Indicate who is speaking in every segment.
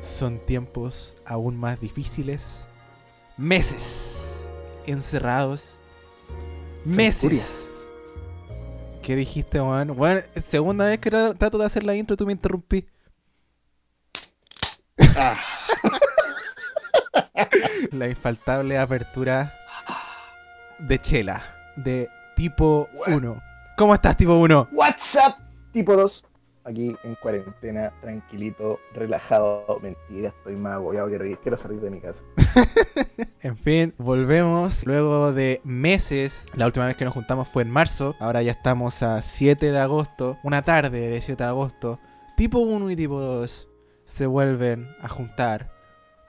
Speaker 1: Son tiempos aún más difíciles. Meses encerrados.
Speaker 2: Furia.
Speaker 1: Meses. ¿Qué dijiste, Juan? Bueno, segunda vez que tra- trato de hacer la intro y tú me interrumpí. la infaltable apertura de Chela, de tipo 1. ¿Cómo estás, tipo 1?
Speaker 2: WhatsApp tipo 2. Aquí en cuarentena, tranquilito, relajado. Mentira, estoy más agobiado que reír. Quiero salir de mi casa.
Speaker 1: En fin, volvemos luego de meses. La última vez que nos juntamos fue en marzo. Ahora ya estamos a 7 de agosto. Una tarde de 7 de agosto. Tipo 1 y tipo 2 se vuelven a juntar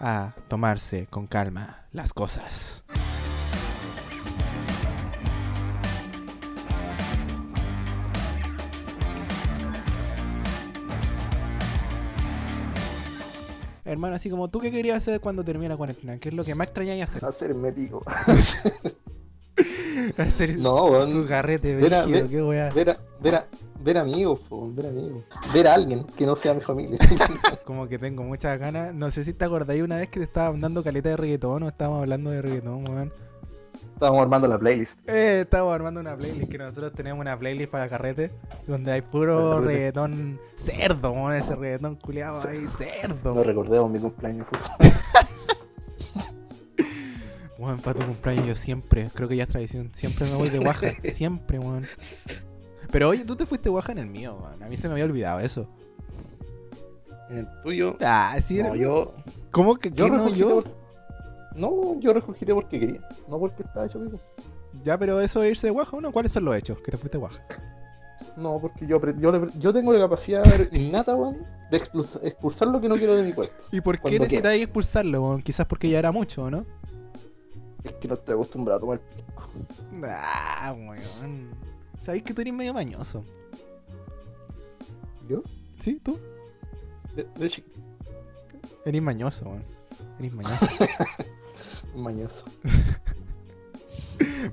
Speaker 1: a tomarse con calma las cosas. Hermano, así como tú, ¿qué querías hacer cuando termine la cuarentena? ¿Qué es lo que más extrañáis hacer?
Speaker 2: Hacerme pico.
Speaker 1: hacer
Speaker 2: Ah, No, weón.
Speaker 1: su carrete
Speaker 2: Mira,
Speaker 1: brígido,
Speaker 2: ve-
Speaker 1: qué weá.
Speaker 2: Ver, a- ver, a- ver amigos, po, ver amigos. Ver a alguien que no sea mi familia.
Speaker 1: Como que tengo muchas ganas. No sé si te acordáis una vez que te estaba dando caleta de reggaetón o estábamos hablando de reggaetón, weón.
Speaker 2: Estábamos armando la playlist.
Speaker 1: Eh, estábamos armando una playlist que nosotros tenemos una playlist para carrete donde hay puro
Speaker 2: Para carrete.
Speaker 1: reggaetón cerdo, weón. Ese reggaetón culiado ahí, cerdo.
Speaker 2: No recordemos mi cumpleaños. por favor.
Speaker 1: Weón, para tu cumpleaños yo siempre, creo que ya es tradición, siempre me voy de Oaxaca, siempre, weón. Pero oye, tú te fuiste Oaxaca en el mío, weón. A mí se me había olvidado eso.
Speaker 2: En el tuyo.
Speaker 1: Ah, sí,
Speaker 2: No, yo.
Speaker 1: ¿Cómo que,
Speaker 2: Yo
Speaker 1: que no,
Speaker 2: recogí
Speaker 1: yo?
Speaker 2: No, yo recogí porque quería. No porque estaba hecho pico.
Speaker 1: Ya, pero eso de irse de Oaxaca, ¿no? ¿Cuáles son los hechos? Que te fuiste de Oaxaca.
Speaker 2: No, porque yo, apre- yo, le- yo tengo la capacidad ver, innata, weón, de expulsar, expulsar lo que no quiero de mi cuerpo.
Speaker 1: ¿Y por qué
Speaker 2: Cuando
Speaker 1: necesitáis expulsarlo, weón? Quizás porque ya era mucho, ¿no?
Speaker 2: Es que no estoy acostumbrado a tomar.
Speaker 1: Ah, weón. Sabéis que tú eres medio mañoso.
Speaker 2: ¿Yo?
Speaker 1: ¿Sí? ¿Tú?
Speaker 2: De, de chico,
Speaker 1: Eres mañoso, weón. Eres mañoso.
Speaker 2: mañoso.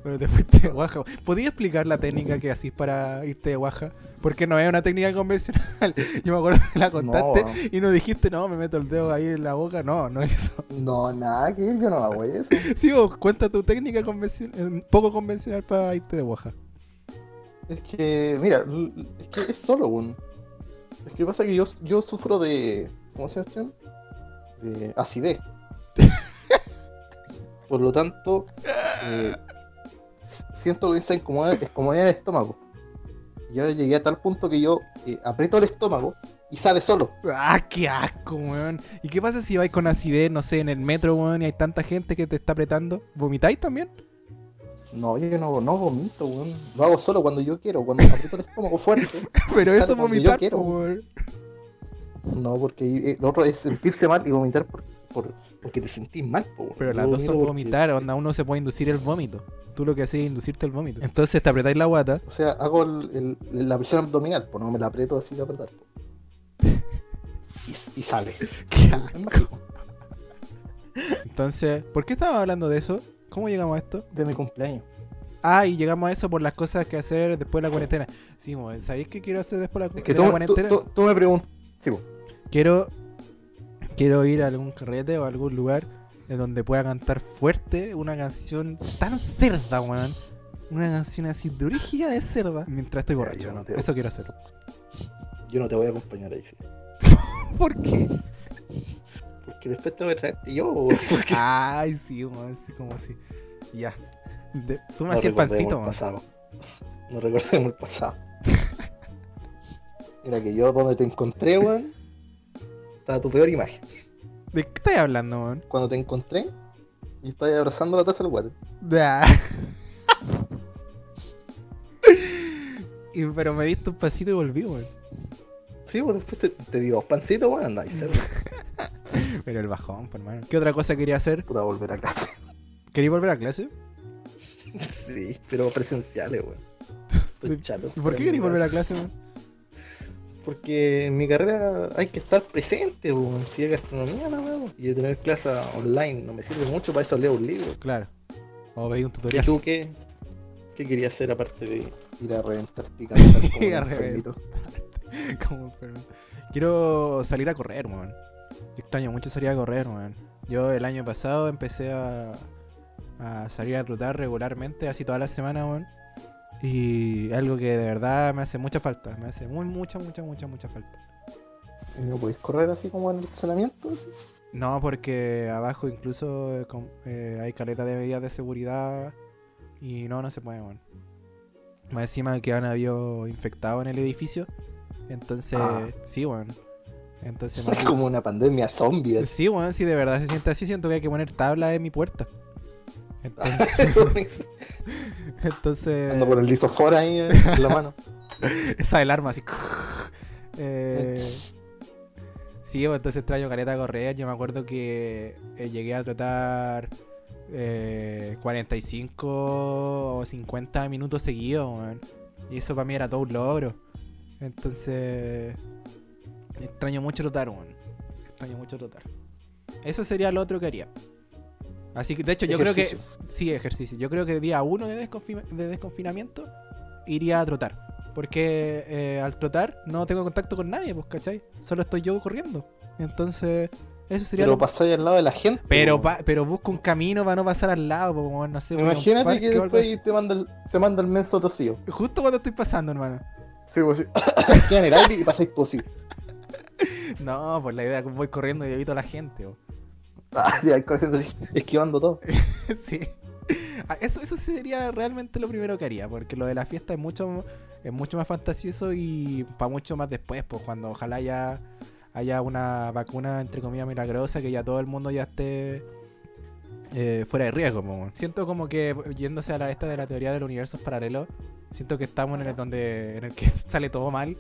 Speaker 1: pero te fuiste de Oaxaca. ¿Podías explicar la técnica que hacís para irte de Oaxaca? Porque no es una técnica convencional. Yo me acuerdo que la contaste
Speaker 2: No, weón.
Speaker 1: y no dijiste, no, me meto el dedo ahí en la boca. No, no es eso.
Speaker 2: No, nada que ver, yo no hago eso.
Speaker 1: Sí, vos, cuenta tu técnica convencional, eh, poco convencional para irte de Oaxaca.
Speaker 2: Es que, mira, l- l- es que es solo, weón. Es que pasa que yo, yo sufro de. ¿Cómo se llama? este? De acidez. Por lo tanto, eh, s- siento que esa incomodidad, incomodidad en el estómago. Y ahora llegué a tal punto que yo eh, aprieto el estómago y sale solo.
Speaker 1: Ah, qué asco, weón. ¿Y qué pasa si vais con acidez, no sé, en el metro, weón, y hay tanta gente que te está apretando? ¿Vomitáis también?
Speaker 2: No, yo no, no vomito, weón. Lo hago solo cuando yo quiero, cuando aprieto el estómago fuerte.
Speaker 1: Pero eso es
Speaker 2: Claro, cuando yo
Speaker 1: vomitar,
Speaker 2: quiero.
Speaker 1: po, weón.
Speaker 2: No, porque eh, lo otro es sentirse mal y vomitar por, por- porque te sentís mal, po, weón.
Speaker 1: Pero
Speaker 2: Yo
Speaker 1: las dos
Speaker 2: vomito
Speaker 1: son
Speaker 2: porque-
Speaker 1: vomitar, onda, uno se puede inducir el vómito. Tú lo que haces es inducirte el vómito. Entonces te apretáis la guata.
Speaker 2: O sea, hago el- el- la presión abdominal, pues no me la aprieto así de apretar. po. Y, y sale.
Speaker 1: Qué
Speaker 2: Es
Speaker 1: asco.
Speaker 2: más rico.
Speaker 1: Entonces, ¿por qué estábamos hablando de eso? ¿Cómo llegamos a esto?
Speaker 2: De mi cumpleaños.
Speaker 1: Ah, y llegamos a eso por las cosas que hacer después de la cuarentena. Sí, weón, ¿sabéis qué quiero hacer después de la,
Speaker 2: Es que
Speaker 1: de
Speaker 2: tú,
Speaker 1: la
Speaker 2: tú,
Speaker 1: cuarentena?
Speaker 2: tú- tú me preguntas. Sí, po.
Speaker 1: Quiero quiero ir a algún carrete o a algún lugar en donde pueda cantar fuerte una canción tan cerda, weón. Una canción así de de cerda mientras estoy
Speaker 2: Ya,
Speaker 1: borracho.
Speaker 2: yo no te-
Speaker 1: Eso quiero hacer.
Speaker 2: yo no te voy a acompañar ahí, sí.
Speaker 1: ¿Por qué?
Speaker 2: Porque después te voy a traerte yo, weón. porque-
Speaker 1: Ay, sí, weón, así como así. Ya. De- tú me
Speaker 2: No
Speaker 1: hacías el
Speaker 2: recordemos
Speaker 1: pancito,
Speaker 2: el
Speaker 1: weón.
Speaker 2: pasado. No recordemos el pasado. Mira que yo donde te encontré, weón, estaba tu peor imagen.
Speaker 1: ¿De qué estás hablando, weón?
Speaker 2: Cuando te encontré y estabas abrazando la taza del water.
Speaker 1: Da. Y- Pero me diste un pasito y volví, weón.
Speaker 2: Sí, pues después te, te di dos pancitos, weón, andáis cerdo.
Speaker 1: Pero el bajón, pues, hermano. ¿Qué otra cosa quería hacer?
Speaker 2: Puta, volver a casa.
Speaker 1: ¿Quería volver a clase?
Speaker 2: sí, pero presenciales, weón. Estoy chato.
Speaker 1: ¿Y por qué queréis volver a clase, weón?
Speaker 2: Porque en mi carrera hay que estar presente, weón. Si es gastronomía, no, weón. Y de tener clase online no me sirve mucho, para eso leo un libro.
Speaker 1: Claro. O veis un
Speaker 2: ¿Y
Speaker 1: tutorial.
Speaker 2: tú qué, qué querías hacer aparte de ir a reventarte y cantar como
Speaker 1: Ir a
Speaker 2: un enfermito?
Speaker 1: Como enfermo. Quiero salir a correr, weón. Yo extraño mucho salir a correr, weón. Yo el año pasado empecé a, a salir a trotar regularmente, así todas las semanas, weón. Y algo que de verdad me hace mucha falta, me hace muy, mucha, mucha, mucha, mucha falta.
Speaker 2: ¿Y no podéis correr así como en el estacionamiento? así?
Speaker 1: No, porque abajo incluso eh, con- eh, hay caleta de medidas de seguridad y no, no se puede, weón. Más encima que han habido infectados en el edificio, entonces,
Speaker 2: Ah.
Speaker 1: sí, weón. Entonces, más
Speaker 2: Es como una pandemia zombie. así.
Speaker 1: Sí, weón, si de verdad se siente así, siento que hay que poner tabla en mi puerta. Entonces, entonces,
Speaker 2: Ando con el lisofor ahí eh, en la mano.
Speaker 1: esa del arma así. Eh, sí, weón, entonces extraño careta a correr. Yo me acuerdo que eh, llegué a tratar eh, 45 o 50 minutos seguidos, weón. Y eso para mí era todo un logro. Entonces, extraño mucho trotar, weón. Extraño mucho trotar. Eso sería lo otro que haría. Así que, de hecho, yo creo que
Speaker 2: Ejercicio.
Speaker 1: Sí, ejercicio. Yo creo que día uno de, desconfi- de desconfinamiento iría a trotar. Porque eh, al trotar no tengo contacto con nadie, pues, ¿cachai? Solo estoy yo corriendo. Entonces, eso sería...
Speaker 2: Pero
Speaker 1: lo-
Speaker 2: pasáis al lado de la gente.
Speaker 1: pero,
Speaker 2: weón.
Speaker 1: pa- pero busco un camino para no pasar al lado, pues, weón, no sé. voy a un
Speaker 2: Imagínate
Speaker 1: parque
Speaker 2: que
Speaker 1: o algo
Speaker 2: después te manda el, te manda el menso tosido.
Speaker 1: así. Justo cuando estoy pasando, hermano.
Speaker 2: Sí, pues sí. Queda en el aire y pasáis tosido.
Speaker 1: No, pues la idea es que voy corriendo y evito a la gente. po.
Speaker 2: Ah, ya, corriendo así, esquivando todo.
Speaker 1: sí. Ah, Eso, eso sería realmente lo primero que haría, porque lo de la fiesta es mucho, es mucho más fantasioso y para mucho más después, pues cuando ojalá ya haya una vacuna, entre comillas, milagrosa, que ya todo el mundo ya esté eh, fuera de riesgo. po. Siento como que, yéndose a la esta de la teoría del universo paralelo, siento que estamos en el, donde, en el que sale todo mal.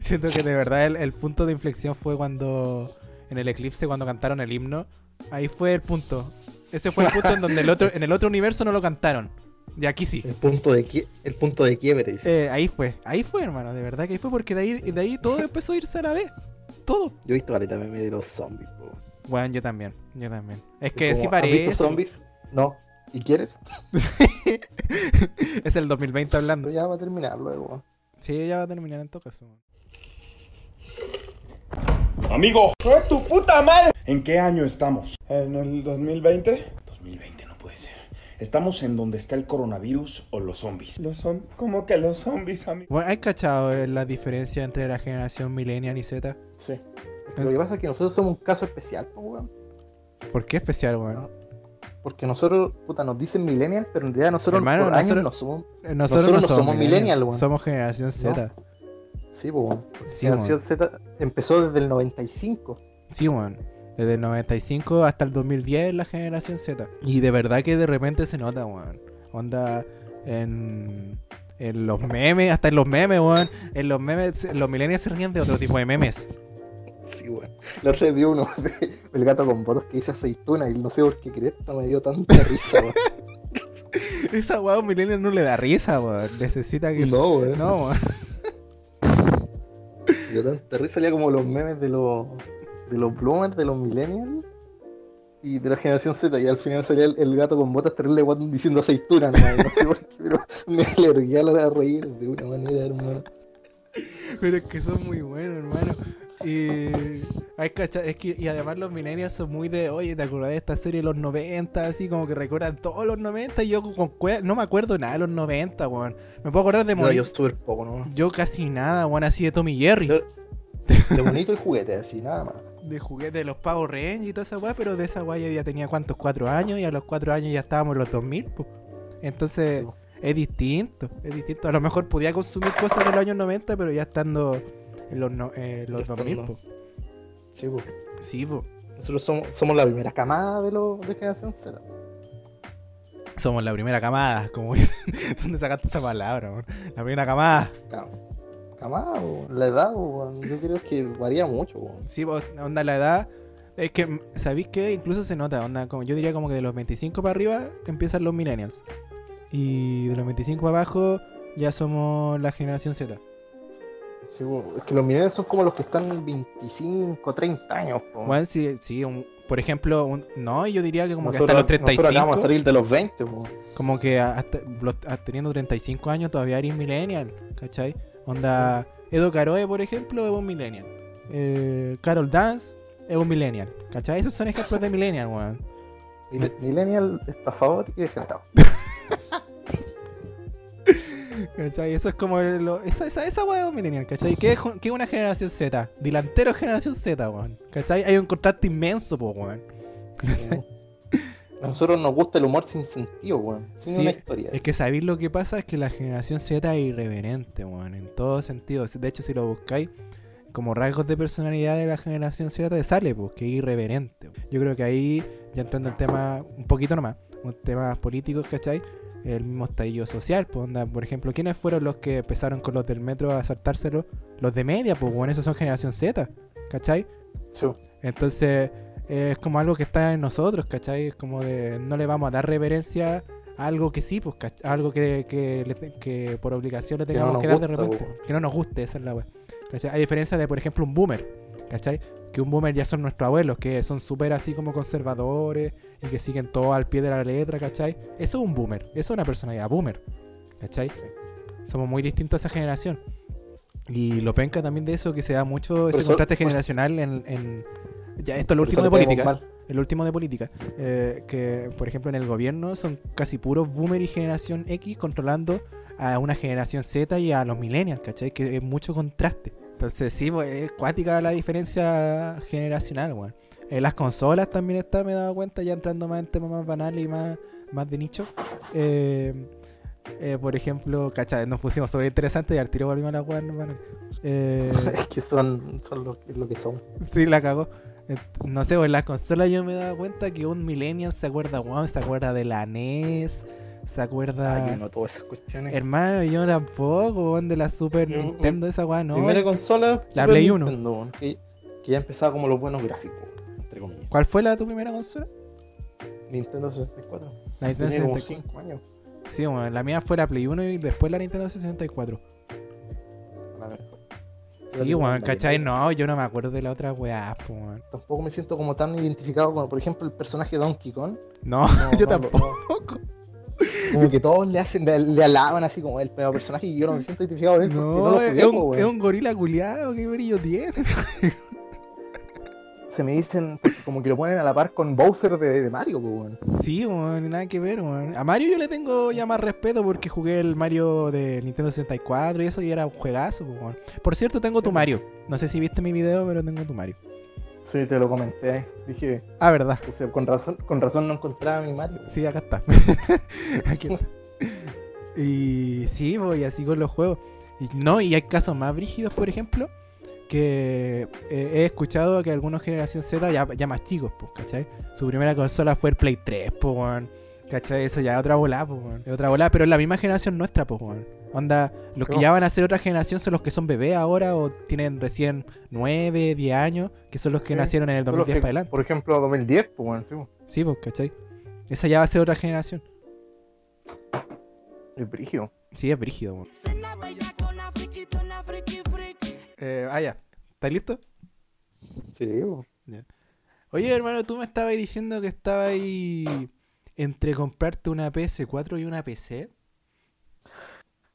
Speaker 1: siento que de verdad el, el punto de inflexión fue cuando, en el eclipse, cuando cantaron el himno. Ahí fue el punto. Ese fue el punto en donde el otro, en el otro universo no lo cantaron. Y aquí sí.
Speaker 2: El punto de, qui- el punto de quiebre. dice.
Speaker 1: Eh, ahí fue, ahí fue, hermano, de verdad que ahí fue, porque de ahí, de ahí todo empezó a irse a la vez. Todo.
Speaker 2: Yo he visto caleta meme de los zombies. po.
Speaker 1: Bueno, yo también, yo también. Es que
Speaker 2: Como,
Speaker 1: sí
Speaker 2: ¿Has
Speaker 1: parece.
Speaker 2: visto zombies? No. ¿Y quieres?
Speaker 1: es el 2020 hablando.
Speaker 2: Pero ya va a terminar luego. weón.
Speaker 1: Sí, ya va a terminar en todo caso.
Speaker 3: Amigo, ¡Fue tu puta madre! ¿En qué año estamos? ¿En el 2020? 2020 no puede ser. Estamos en donde está el coronavirus o los zombies. Los son ¿Cómo que los zombies, amigo?
Speaker 1: Bueno, ¿hay cachado eh, la diferencia entre la generación millennial y Z?
Speaker 2: Sí. Lo que pasa es que nosotros somos un caso especial, po, weón.
Speaker 1: ¿Por qué especial, weón?
Speaker 2: No. Porque nosotros, puta, nos dicen millennials, pero en realidad nosotros
Speaker 1: Hermano,
Speaker 2: por
Speaker 1: nosotros-
Speaker 2: años no somos.
Speaker 1: Eh,
Speaker 2: Nosotros no somos millennial, weón.
Speaker 1: Somos generación Z.
Speaker 2: Sí, po, weón.
Speaker 1: Sí,
Speaker 2: Generación
Speaker 1: weón.
Speaker 2: Z empezó desde el 95.
Speaker 1: Sí, weón. Desde el 95 hasta el 2010 la generación Z. Y de verdad que de repente se nota, weón. Onda en, en los memes, hasta en los memes, weón. En los memes, los millennials se ríen de otro tipo de memes.
Speaker 2: Sí, weón. La otra vez vi uno de- del gato con botas que dice aceituna y no sé por qué cresta me dio tanta risa, weón.
Speaker 1: Esa weón millennial no le da risa, weón. Necesita que...
Speaker 2: No, weón.
Speaker 1: No, weón.
Speaker 2: Me dio tanta risa, salía como los memes de los, de los bloomers, de los millennials y de la generación Z. Y al final salía el, el gato con botas terrible weón, diciendo aceituna, no, no sé por qué, pero me alergué a la hora de reír de una manera, hermano.
Speaker 1: Pero es que son muy buenos, hermano. Y, hay cacha- es que, y además los millennials son muy de, oye, ¿te acordás de esta serie de los 90? Así como que recuerdan todos los 90 y yo con cue- no me acuerdo nada de los 90, weón. Me puedo acordar de
Speaker 2: No,
Speaker 1: Moni-
Speaker 2: yo
Speaker 1: yo,
Speaker 2: súper poco, ¿no?
Speaker 1: casi nada, weón, así de Tommy Jerry.
Speaker 2: Yo- De bonito y juguetes, así, nada más.
Speaker 1: De juguete de los Power Rangers y toda esa weá, pero de esa weá yo ya tenía cuántos, cuatro años y a los cuatro años ya estábamos en los 2000, po. Entonces...
Speaker 2: Sí, po.
Speaker 1: Es distinto, es distinto. A lo mejor podía consumir cosas de los años 90, pero ya estando en los, no- eh, los
Speaker 2: Ya
Speaker 1: 2000.
Speaker 2: estando.
Speaker 1: po.
Speaker 2: Sí, po.
Speaker 1: Sí, po.
Speaker 2: Nosotros somos, somos la primera camada de, los de generación Z.
Speaker 1: Somos la primera camada, como dicen. ¿Dónde sacaste esa palabra, amor? La primera camada.
Speaker 2: Cam- Camada, po. la edad, po, weón, yo creo que varía mucho. po.
Speaker 1: Sí, vos, onda la edad. Es que, mm, ¿sabéis qué? Incluso se nota, onda, como yo diría como que de los 25 para arriba empiezan los millennials. Y de los 25 para abajo ya somos la generación Z.
Speaker 2: Sí, po. Es que los millennials son como los que están 25, 30 años. po.
Speaker 1: Bueno, sí, sí, un- por ejemplo, un- no, yo diría que como que
Speaker 2: Nosotros-
Speaker 1: hasta los
Speaker 2: Nosotros
Speaker 1: 35.
Speaker 2: acabamos de salir de los 20, po.
Speaker 1: Como que a- hasta, los- a- teniendo 35 años todavía eres millennial, ¿cachai? Onda, Edo Caroe, por ejemplo, es un millennial. Eh, Carol Dance es un millennial. ¿Cachai? Esos son ejemplos de millennial, weón.
Speaker 2: Mil- Millennial, estafador y degenerado.
Speaker 1: ¿Cachai? Eso es como el- lo- esa, esa, esa weá es un millennial, ¿cachai? ¿Qué es, ju- qué es una generación Z? Delantero es generación Z, weón. ¿Cachai? Hay un contraste inmenso, po, weón.
Speaker 2: A nosotros nos gusta el humor sin sentido, weón. Sin
Speaker 1: Sí,
Speaker 2: una historia.
Speaker 1: Es que sabéis lo que pasa es que la generación Z es irreverente, weón, en todos sentidos. De hecho, si lo buscáis, como rasgos de personalidad de la generación Z te sale, pues, que es irreverente. Yo creo que ahí, ya entrando en tema, un poquito nomás, en temas políticos, ¿cachai? El mismo estallido social, pues, onda, por ejemplo, ¿quiénes fueron los que empezaron con los del metro a saltárselo? Los de media, pues, bueno, esos son generación Z, ¿cachai?
Speaker 2: Sí.
Speaker 1: Entonces, eh, es como algo que está en nosotros, ¿cachai? Es como de no le vamos a dar reverencia a algo que sí, pues, ¿cach- algo que, que, le te- que por obligación le
Speaker 2: Que no
Speaker 1: tengamos
Speaker 2: nos
Speaker 1: que, dar de
Speaker 2: gusta, pues.
Speaker 1: repente. Que no nos guste, esa es la wea. ¿Cachai? A diferencia de, por ejemplo, un boomer, ¿cachai? Que un boomer ya son nuestros abuelos, que son súper así como conservadores y que siguen todo al pie de la letra, ¿cachai? Eso es un boomer, eso es una personalidad boomer, ¿cachai? Somos muy distintos a esa generación. Y lo penca también de eso, que se da mucho ese
Speaker 2: eso-
Speaker 1: contraste
Speaker 2: por-
Speaker 1: generacional en, en- Ya, esto es lo
Speaker 2: Por eso
Speaker 1: último de
Speaker 2: le
Speaker 1: política.
Speaker 2: pegamos mal.
Speaker 1: El último de política. eh, que, por ejemplo, en el gobierno son casi puros boomer y generación X controlando a una generación Z y a los millennials, ¿cachai? Que es mucho contraste. Entonces, sí, pues, es cuática la diferencia generacional, weón. Eh, las consolas también está, me he dado cuenta, ya entrando más en temas más banales y más, más de nicho. Eh, eh, por ejemplo, ¿cachai? Nos pusimos sobre interesante y al tiro volvimos a la weón, hermano. Eh,
Speaker 2: Es que son, son lo, es lo que son.
Speaker 1: Sí, la cagó. Eh, No sé, pues, en las consolas yo me he dado cuenta que un millennial se acuerda, weón, se acuerda de la NES, se acuerda...
Speaker 2: Ay, no, todas esas cuestiones.
Speaker 1: Hermano, yo tampoco, weón, de la Super
Speaker 2: Yo,
Speaker 1: Nintendo, esa weá, no.
Speaker 2: Primera consola,
Speaker 1: La
Speaker 2: Super
Speaker 1: Play uno.
Speaker 2: Nintendo, weón, que, que ya empezaba como los buenos gráficos, weón, entre comillas.
Speaker 1: ¿Cuál fue la tu primera consola?
Speaker 2: Nintendo 64.
Speaker 1: La Nintendo
Speaker 2: Tenía como
Speaker 1: 64.
Speaker 2: 5 años.
Speaker 1: Sí, weón, la mía fue la Play 1 y después la Nintendo 64.
Speaker 2: a la mejor. Pero
Speaker 1: Sí,
Speaker 2: digo, E
Speaker 1: weón,
Speaker 2: anda,
Speaker 1: ¿cachai?
Speaker 2: ya,
Speaker 1: No, yo no me acuerdo de la otra weá, po, weón.
Speaker 2: Tampoco me siento como tan identificado con, por ejemplo, el personaje Donkey Kong.
Speaker 1: No,
Speaker 2: No,
Speaker 1: yo
Speaker 2: no,
Speaker 1: tampoco.
Speaker 2: no. Como que todos le hacen, le, le alaban así como el peor personaje y yo no me siento identificado con él. porque
Speaker 1: No,
Speaker 2: lo
Speaker 1: es,
Speaker 2: jugué,
Speaker 1: un,
Speaker 2: po, weón.
Speaker 1: es un gorila culiado, qué brillo tiene.
Speaker 2: Se me dicen porque como que lo ponen a la par con Bowser de, de Mario, pues, weón.
Speaker 1: Sí, weón, nada que ver, weón. A Mario yo le tengo ya más respeto porque jugué el Mario de Nintendo 64 y eso y era un juegazo, pues, weón. Por cierto, tengo tu Mario. No sé si viste mi video, pero tengo tu Mario.
Speaker 2: Sí, te lo comenté. Dije,
Speaker 1: Ah, verdad.
Speaker 2: o sea, con razón, con razón no encontraba a mi Mario.
Speaker 1: Sí, acá está. Aquí está. Y sí, voy así con los juegos. Y no, y hay casos más brígidos, por ejemplo, que eh, he escuchado que algunos generación Z ya, ya más chicos, pues, ¿cachai? Su primera consola fue el Play 3, pues, weón. ¿Cachai? Eso ya es otra volada, pues, weón. Es otra volada, pero es la misma generación nuestra, pues, weón. Onda, los que
Speaker 2: No.
Speaker 1: ya van a ser otra generación son los que son bebés ahora o tienen recién 9, 10 años, que son los que
Speaker 2: Sí,
Speaker 1: nacieron en el
Speaker 2: Son los
Speaker 1: 2010
Speaker 2: que,
Speaker 1: para adelante.
Speaker 2: Por ejemplo, 2010, pues, weón. sí, po.
Speaker 1: Sí, pues, ¿cachai? Esa ya va a ser otra generación.
Speaker 2: Es brígido.
Speaker 1: Sí, es brígido, weón.
Speaker 4: Sena bellacona, friquitona, friki, friki.
Speaker 1: Eh, ah, ya. ¿Estás listo?
Speaker 2: Sí, po.
Speaker 1: Oye, hermano, tú me estabas diciendo que estabas ahí entre comprarte una PS4 y una PC.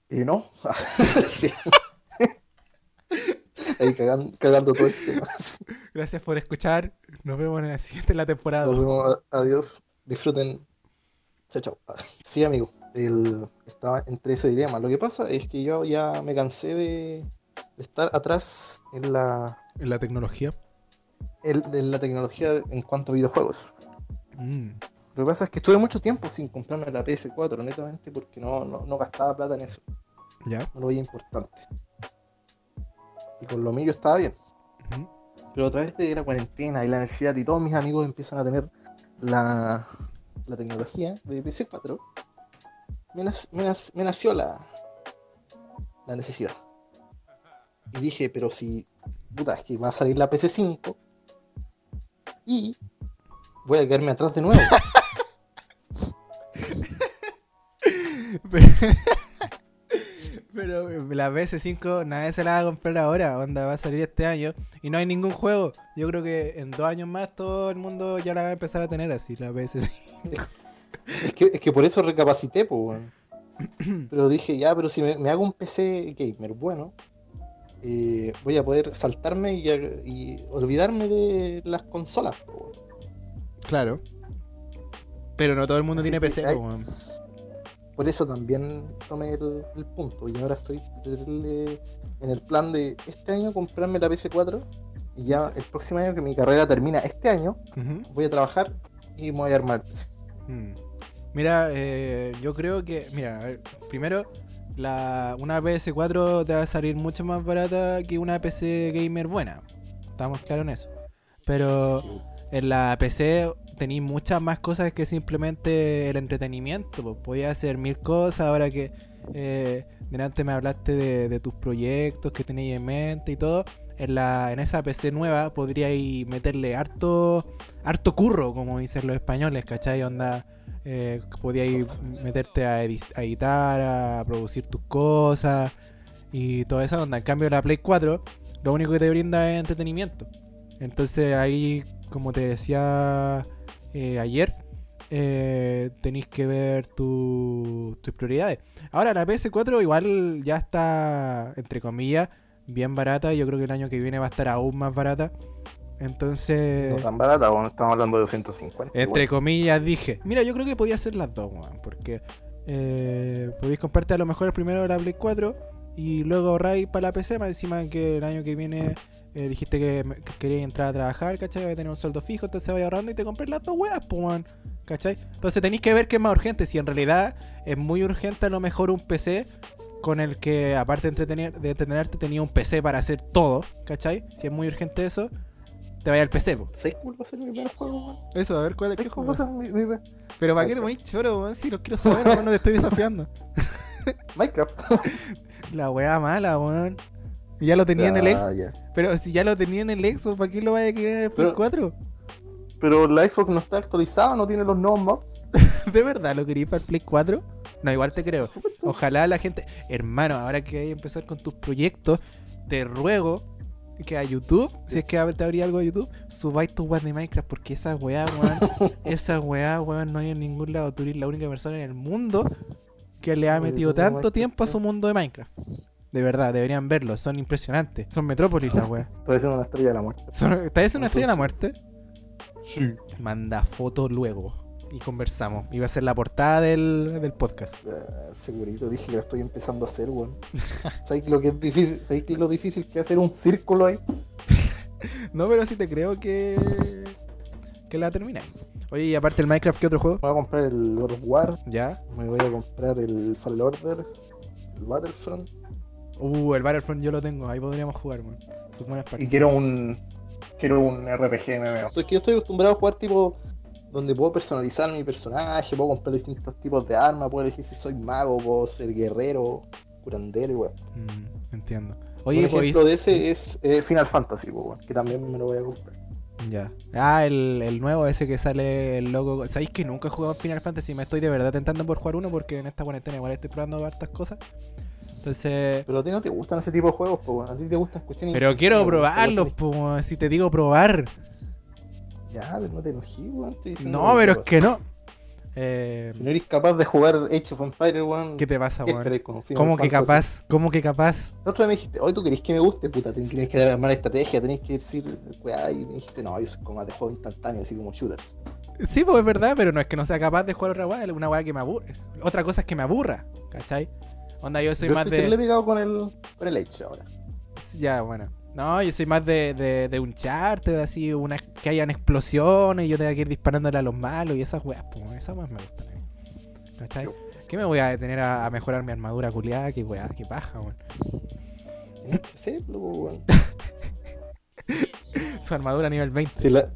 Speaker 2: Y no. sí. Ahí cagan- cagando todo el tema.
Speaker 1: Gracias por escuchar. Nos vemos en la siguiente en la temporada.
Speaker 2: Nos vemos, adiós. Disfruten. Chao, chao. Sí, amigo. el- estaba entre ese dilema. Lo que pasa es que yo ya me cansé de de estar atrás en la,
Speaker 1: En la tecnología.
Speaker 2: en- en la tecnología en cuanto a videojuegos.
Speaker 1: Mm.
Speaker 2: Lo que pasa es que estuve mucho tiempo sin comprarme la PS4, netamente, porque no, no, no gastaba plata en eso.
Speaker 1: Ya.
Speaker 2: No lo veía importante. Y con lo mío estaba bien.
Speaker 1: Ujú.
Speaker 2: Pero a través de la cuarentena y la necesidad y todos mis amigos empiezan a tener la, la tecnología de PC4, me, nac- me nac- me nació la, la necesidad. Y dije, pero si, puta, es que va a salir la PC5 y voy a quedarme atrás de nuevo.
Speaker 1: Pero eh, la PS5 nadie se la va a comprar ahora. Onda, va a salir este año. Y no hay ningún juego. Yo creo que en dos años más todo el mundo ya la va a empezar a tener así, la PS5.
Speaker 2: Es que, es que por eso recapacité, pues, weón. Pero dije, ya, pero si me, me hago un PC gamer bueno, eh, voy a poder saltarme y, y olvidarme de las consolas. po, weón.
Speaker 1: Claro. Pero no todo el mundo
Speaker 2: Así
Speaker 1: tiene
Speaker 2: que
Speaker 1: PC,
Speaker 2: hay-
Speaker 1: po, weón.
Speaker 2: Por eso también tomé el, el punto y ahora estoy terrible en el plan de este año comprarme la PS4 y ya el próximo año que mi carrera termina este año
Speaker 1: Ujú.
Speaker 2: voy a trabajar y me voy a armar el PC.
Speaker 1: Mm. Mira, eh, yo creo que. Mira, a ver, primero, la, una PS4 te va a salir mucho más barata que una PC gamer buena. Estamos claros en eso. Pero en la PC tenéis muchas más cosas que simplemente el entretenimiento. Pues podías hacer mil cosas ahora que. eh, delante me hablaste de, de tus proyectos que tenéis en mente y todo. En, la, en esa PC nueva podríais meterle harto harto curro, como dicen los españoles, ¿cachai? Onda, eh, podíais meterte a, edi- a editar, a producir tus cosas y toda esa onda. En cambio, la Play 4 lo único que te brinda es entretenimiento. Entonces ahí, como te decía eh, ayer, eh, tenéis que ver tu- tus prioridades. Ahora, la PS4 igual ya está, entre comillas, bien barata. Yo creo que el año que viene va a estar aún más barata. Entonces...
Speaker 2: No tan barata, bueno, estamos hablando de 250.
Speaker 1: Entre
Speaker 2: igual.
Speaker 1: comillas dije, mira, yo creo que podía ser las dos, weón, porque eh, podéis comprarte a lo mejor primero la Play 4 y luego ahorráis para la PC, más encima que el año que viene eh, dijiste que, me- que querías entrar a trabajar, ¿cachai? Voy a tener un sueldo fijo, entonces vais ahorrando y te compré las dos weas, po, weón, ¿cachai? Entonces tenéis que ver qué es más urgente, si en realidad es muy urgente a lo mejor un PC con el que aparte de, entretener, de entretenerte tenía un PC para hacer todo, ¿cachai? Si es muy urgente eso, te vaya al PC, po.
Speaker 2: ¿Sabes cuál va a ser mi primer juego? weón?
Speaker 1: Eso, a ver cuál es
Speaker 2: ¿Sabes cuál va a ser mi- mi- mi-
Speaker 1: pero ¿para qué te pones choro, weón? Si los quiero saber, weón, no te estoy desafiando.
Speaker 2: Minecraft?
Speaker 1: La weá mala, weón. Y Ya lo tenía en el ex.
Speaker 2: Ah, ya.
Speaker 1: Pero si ya lo tenía en el ex, ¿para qué lo vaya a querer en el Play
Speaker 2: Pero-
Speaker 1: 4?
Speaker 2: Pero la Xbox no está actualizada, no tiene los nuevos mobs.
Speaker 1: ¿De verdad lo querías para el Play 4? No, igual te creo. Ojalá la gente. Hermano, ahora que hay que empezar con tus proyectos, te ruego que a YouTube, si es que ab- te abrí algo a YouTube, subáis tus weas de Minecraft, porque esa weá, weón, esa weá, weón, no hay en ningún lado. Tú eres la única persona en el mundo que le ha
Speaker 2: Oye,
Speaker 1: metido
Speaker 2: pero
Speaker 1: tanto
Speaker 2: Minecraft,
Speaker 1: tiempo a su
Speaker 2: weón.
Speaker 1: mundo de Minecraft. De verdad, deberían verlo, son impresionantes. Son metrópolis las weas.
Speaker 2: Estoy haciendo una estrella de la muerte.
Speaker 1: Son- ¿Está eso una
Speaker 2: Eso
Speaker 1: estrella de la
Speaker 2: sí.
Speaker 1: muerte?
Speaker 2: Sí.
Speaker 1: Manda foto luego y conversamos. Iba a ser la portada del, del podcast.
Speaker 2: segurito, dije que la estoy empezando a hacer, weón. ¿Sabes lo que es difícil? ¿Sabes que lo difícil que es hacer un círculo ahí?
Speaker 1: No, pero sí te creo que. que la termináis. Oye, y aparte el Minecraft, ¿qué otro juego?
Speaker 2: Me voy a comprar el God of War,
Speaker 1: Ya.
Speaker 2: me voy a comprar el Fallen Order, el Battlefront.
Speaker 1: Uh, el Battlefront yo lo tengo, ahí podríamos jugar, man. Son buenas
Speaker 5: Y
Speaker 1: partidas.
Speaker 5: quiero un. Quiero un RPG MMO.
Speaker 2: Es que yo estoy acostumbrado a jugar tipo donde puedo personalizar mi personaje, puedo comprar distintos tipos de armas, puedo elegir si soy mago, puedo ser guerrero, curandero y weón.
Speaker 1: Mm, entiendo.
Speaker 2: Un
Speaker 1: Oye, podéis.
Speaker 2: ejemplo de ese es eh, Final Fantasy, po, weón, que también me lo voy a comprar.
Speaker 1: Ya. Ah, el, el nuevo ese que sale el loco. ¿Sabéis que nunca he jugado Final Fantasy? Me estoy de verdad tentando por jugar uno porque en esta cuarentena igual estoy probando hartas cosas. Entonces.
Speaker 2: Pero a ti no te gustan ese tipo de juegos, po, weón. a ti te gustan cuestiones.
Speaker 1: Pero quiero
Speaker 2: probarlos
Speaker 1: probarlo, po, si te digo probar.
Speaker 2: Ya, pero no te enojí, weón. estoy diciendo
Speaker 1: No,
Speaker 2: lo
Speaker 1: pero es
Speaker 2: pasa.
Speaker 1: que no. Eh,
Speaker 2: Si no eres capaz de jugar Age of Empires, weón.
Speaker 1: ¿Qué te pasa,
Speaker 2: ¿qué
Speaker 1: weón?
Speaker 2: esperáis con Final
Speaker 1: ¿Cómo que
Speaker 2: Fantasy?
Speaker 1: capaz? ¿Cómo que capaz?
Speaker 2: La otra vez me dijiste, hoy tú querés que me guste, puta, ten- tenés que armar estrategia, tenés que decir, weá, y me dijiste, no, yo soy como de juego instantáneo, así como shooters.
Speaker 1: Sí, pues es verdad, pero no es que no sea capaz de jugar otra weá, es una weá que me aburre. Otra cosa es que me aburra, ¿cachai? Onda, yo soy
Speaker 2: yo
Speaker 1: más
Speaker 2: estoy terrible
Speaker 1: de.
Speaker 2: pegado con el, con el Age ahora.
Speaker 1: Ya, bueno. No, yo soy más de, de, de un charter, así, una, que hayan explosiones y yo tenga que ir disparándole a los malos y esas weas, pues, esas weas me gustan. eh. ¿Cachai? ¿Qué me voy a detener a, a mejorar mi armadura culiada? Qué weá, qué paja, weón.
Speaker 2: Tenés que hacerlo, po, weón.
Speaker 1: Su armadura nivel 20.
Speaker 2: Si, la-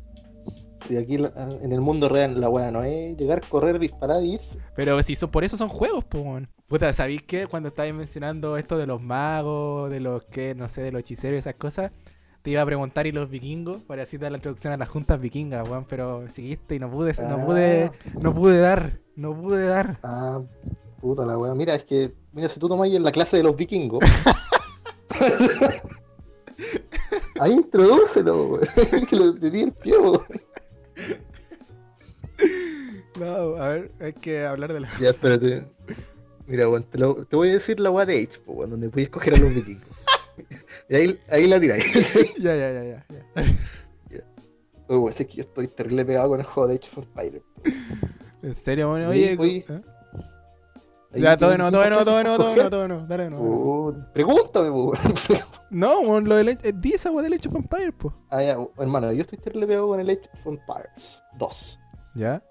Speaker 2: si aquí la- en el mundo real la weá no es llegar, correr, disparar y irse.
Speaker 1: Pero si son, por eso son juegos, po, weón. Puta, ¿sabéis qué? Cuando estabais mencionando esto de los magos, de los que, no sé, de los hechiceros y esas cosas, te iba a preguntar y los vikingos, para así dar la introducción a las juntas vikingas, weón, pero seguiste y no pude, no pude, no pude dar, no pude dar.
Speaker 2: Ah, puta la weá. Mira, es que, mira, si tú tomas ahí en la clase de los vikingos. ahí introdúcelo, weón. Que lo te di el pie, weón.
Speaker 1: No, a ver, hay que hablar de la...
Speaker 2: Ya, espérate. Mira, weón, te, lo- te voy a decir la weá de H, po, weón, donde puedes coger a los vikingos. Y ahí, ahí la tiráis.
Speaker 1: Ya, ya, ya, ya. ya.
Speaker 2: Uy, weón, es que yo estoy terrible pegado con el juego de Age of Empires.
Speaker 1: ¿En serio, bueno?
Speaker 2: Oye,
Speaker 1: Oye,
Speaker 2: oye.
Speaker 1: ¿eh?
Speaker 2: Ahí
Speaker 1: Ya, todo
Speaker 2: tiene
Speaker 1: de nuevo, todo de nuevo,
Speaker 2: distintas
Speaker 1: todo de
Speaker 2: cosas
Speaker 1: nuevo, todo de
Speaker 2: por
Speaker 1: nuevo, todo de nuevo, dale de nuevo.
Speaker 2: coger. Puta, Pregúntame, pues, weón.
Speaker 1: No, weón, lo del eh, di esa weá del Age of Empires, po.
Speaker 2: Ah, ya, hermano, yo estoy terrible pegado con el Age of Empires 2.
Speaker 1: Ya.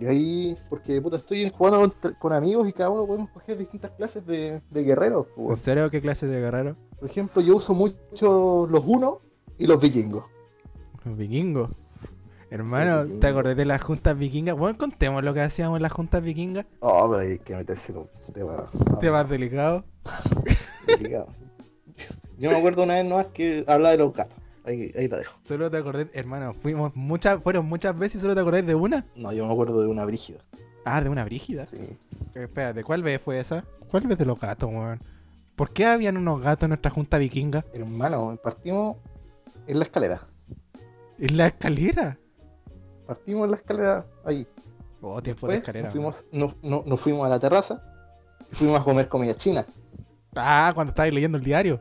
Speaker 2: Y ahí, porque puta, estoy jugando con, con amigos y cada uno podemos coger distintas clases de, de guerreros. pues,
Speaker 1: ¿En
Speaker 2: weón.
Speaker 1: serio qué clase de guerrero?
Speaker 2: Por ejemplo, yo uso mucho los unos y los vikingos.
Speaker 1: Vikingos. Hermano,
Speaker 2: Vikingos.
Speaker 1: ¿te acordás de las juntas vikingas? Bueno, contemos lo que hacíamos en las juntas vikingas.
Speaker 2: Oh, pero hay que meterse en un tema.
Speaker 1: Temas delicados.
Speaker 2: complicado. Yo me acuerdo una vez nomás que hablaba de los gatos. Ahí, ahí la dejo.
Speaker 1: Solo te acordé, hermano, fuimos muchas, fueron muchas veces y solo te acordás de una.
Speaker 2: No, yo me acuerdo de una brígida.
Speaker 1: Ah, de una brígida.
Speaker 2: Sí.
Speaker 1: Eh, Espérate, ¿cuál vez fue esa? ¿Cuál vez de los gatos, weón? ¿Por qué habían unos gatos en nuestra junta vikinga?
Speaker 2: Hermano, partimos en la escalera.
Speaker 1: ¿En la escalera?
Speaker 2: Partimos en la escalera ahí.
Speaker 1: Oh, tiempo
Speaker 2: Después
Speaker 1: de escalera.
Speaker 2: Pues, nos, fuimos, no- no- nos fuimos a la terraza y fuimos a comer comida china.
Speaker 1: weón. Ah, cuando estabais leyendo el diario.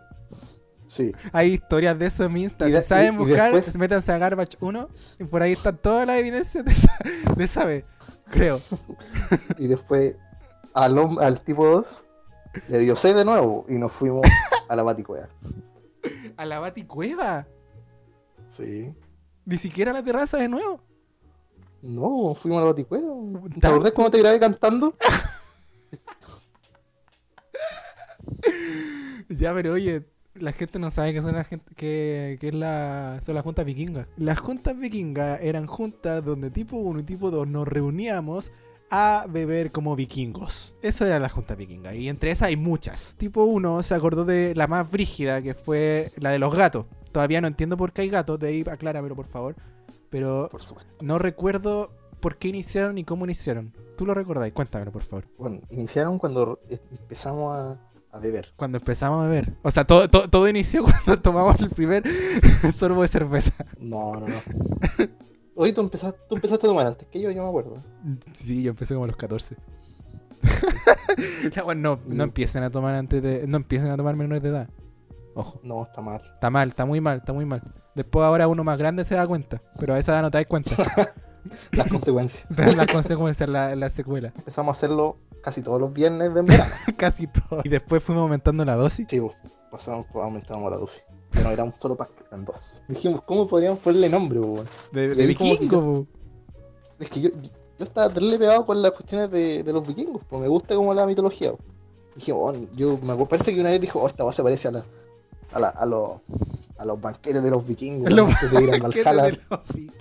Speaker 2: Sí.
Speaker 1: Hay historias de eso en mi Insta.
Speaker 2: Y
Speaker 1: Si
Speaker 2: de-
Speaker 1: saben
Speaker 2: y- y
Speaker 1: buscar,
Speaker 2: después-
Speaker 1: métanse a Garbage 1 y por ahí están todas las evidencias de esa, de esa vez. Creo.
Speaker 2: Y después al, hom- al tipo 2 le dio sed de nuevo y nos fuimos a la baticueva.
Speaker 1: A la Baticueva.
Speaker 2: Sí.
Speaker 1: Ni siquiera a la terraza de nuevo.
Speaker 2: No, fuimos a la baticueva. ¿Te
Speaker 1: Da-
Speaker 2: acordás cómo te grabé cantando?
Speaker 1: Ya, pero oye, la gente no sabe que son la gente, que, que es la, son las juntas vikingas. Las juntas vikingas eran juntas donde tipo 1 y tipo 2 nos reuníamos a beber como vikingos. Eso era la junta vikinga. Y entre esas hay muchas. Tipo 1 se acordó de la más brígida, que fue la de los gatos. Todavía no entiendo por qué hay gatos, de ahí acláramelo por favor. Pero
Speaker 2: Por supuesto.
Speaker 1: no recuerdo por qué iniciaron y cómo iniciaron. Tú lo recordáis, cuéntamelo por favor.
Speaker 2: Bueno, iniciaron cuando eh, empezamos a, a beber.
Speaker 1: Cuando empezamos a beber. O sea, todo, todo, todo inició cuando tomamos el primer sorbo de cerveza.
Speaker 2: No, no, no. Oye, tú empezaste, tú empezaste a tomar antes que yo, yo me acuerdo.
Speaker 1: Sí, yo empecé como a los 14. Ya, bueno, no,
Speaker 2: Mm.
Speaker 1: no empiecen a tomar antes de. No empiecen a tomar menores de edad. Ojo.
Speaker 2: No, está mal.
Speaker 1: Está mal, está muy mal, está muy mal. Después ahora uno más grande se da cuenta. Pero a esa edad no te das cuenta.
Speaker 2: Las consecuencias.
Speaker 1: Las consecuencias, la, la secuela.
Speaker 2: Empezamos a hacerlo casi todos los viernes de verano.
Speaker 1: Casi todo. Y después fuimos aumentando la dosis.
Speaker 2: Sí, pues, pasamos, pues, aumentamos la dosis. Ya no era un solo pack, eran dos. Dijimos, ¿cómo podríamos ponerle nombre, po, weón?
Speaker 1: De,
Speaker 2: Y
Speaker 1: de
Speaker 2: ahí como que
Speaker 1: vikingo, po.
Speaker 2: Es que yo, yo estaba terrible pegado con las cuestiones de, de los vikingos, pues me gusta como la mitología. po. Dije, bueno, yo me acu- parece que una vez dijo, oh, esta voz se parece a, la, a, la- a, los, a los banquetes de los vikingos.
Speaker 1: Los
Speaker 2: antes de ir al
Speaker 1: ¿Qué tal
Speaker 2: Valhalla.
Speaker 1: de los vikingos?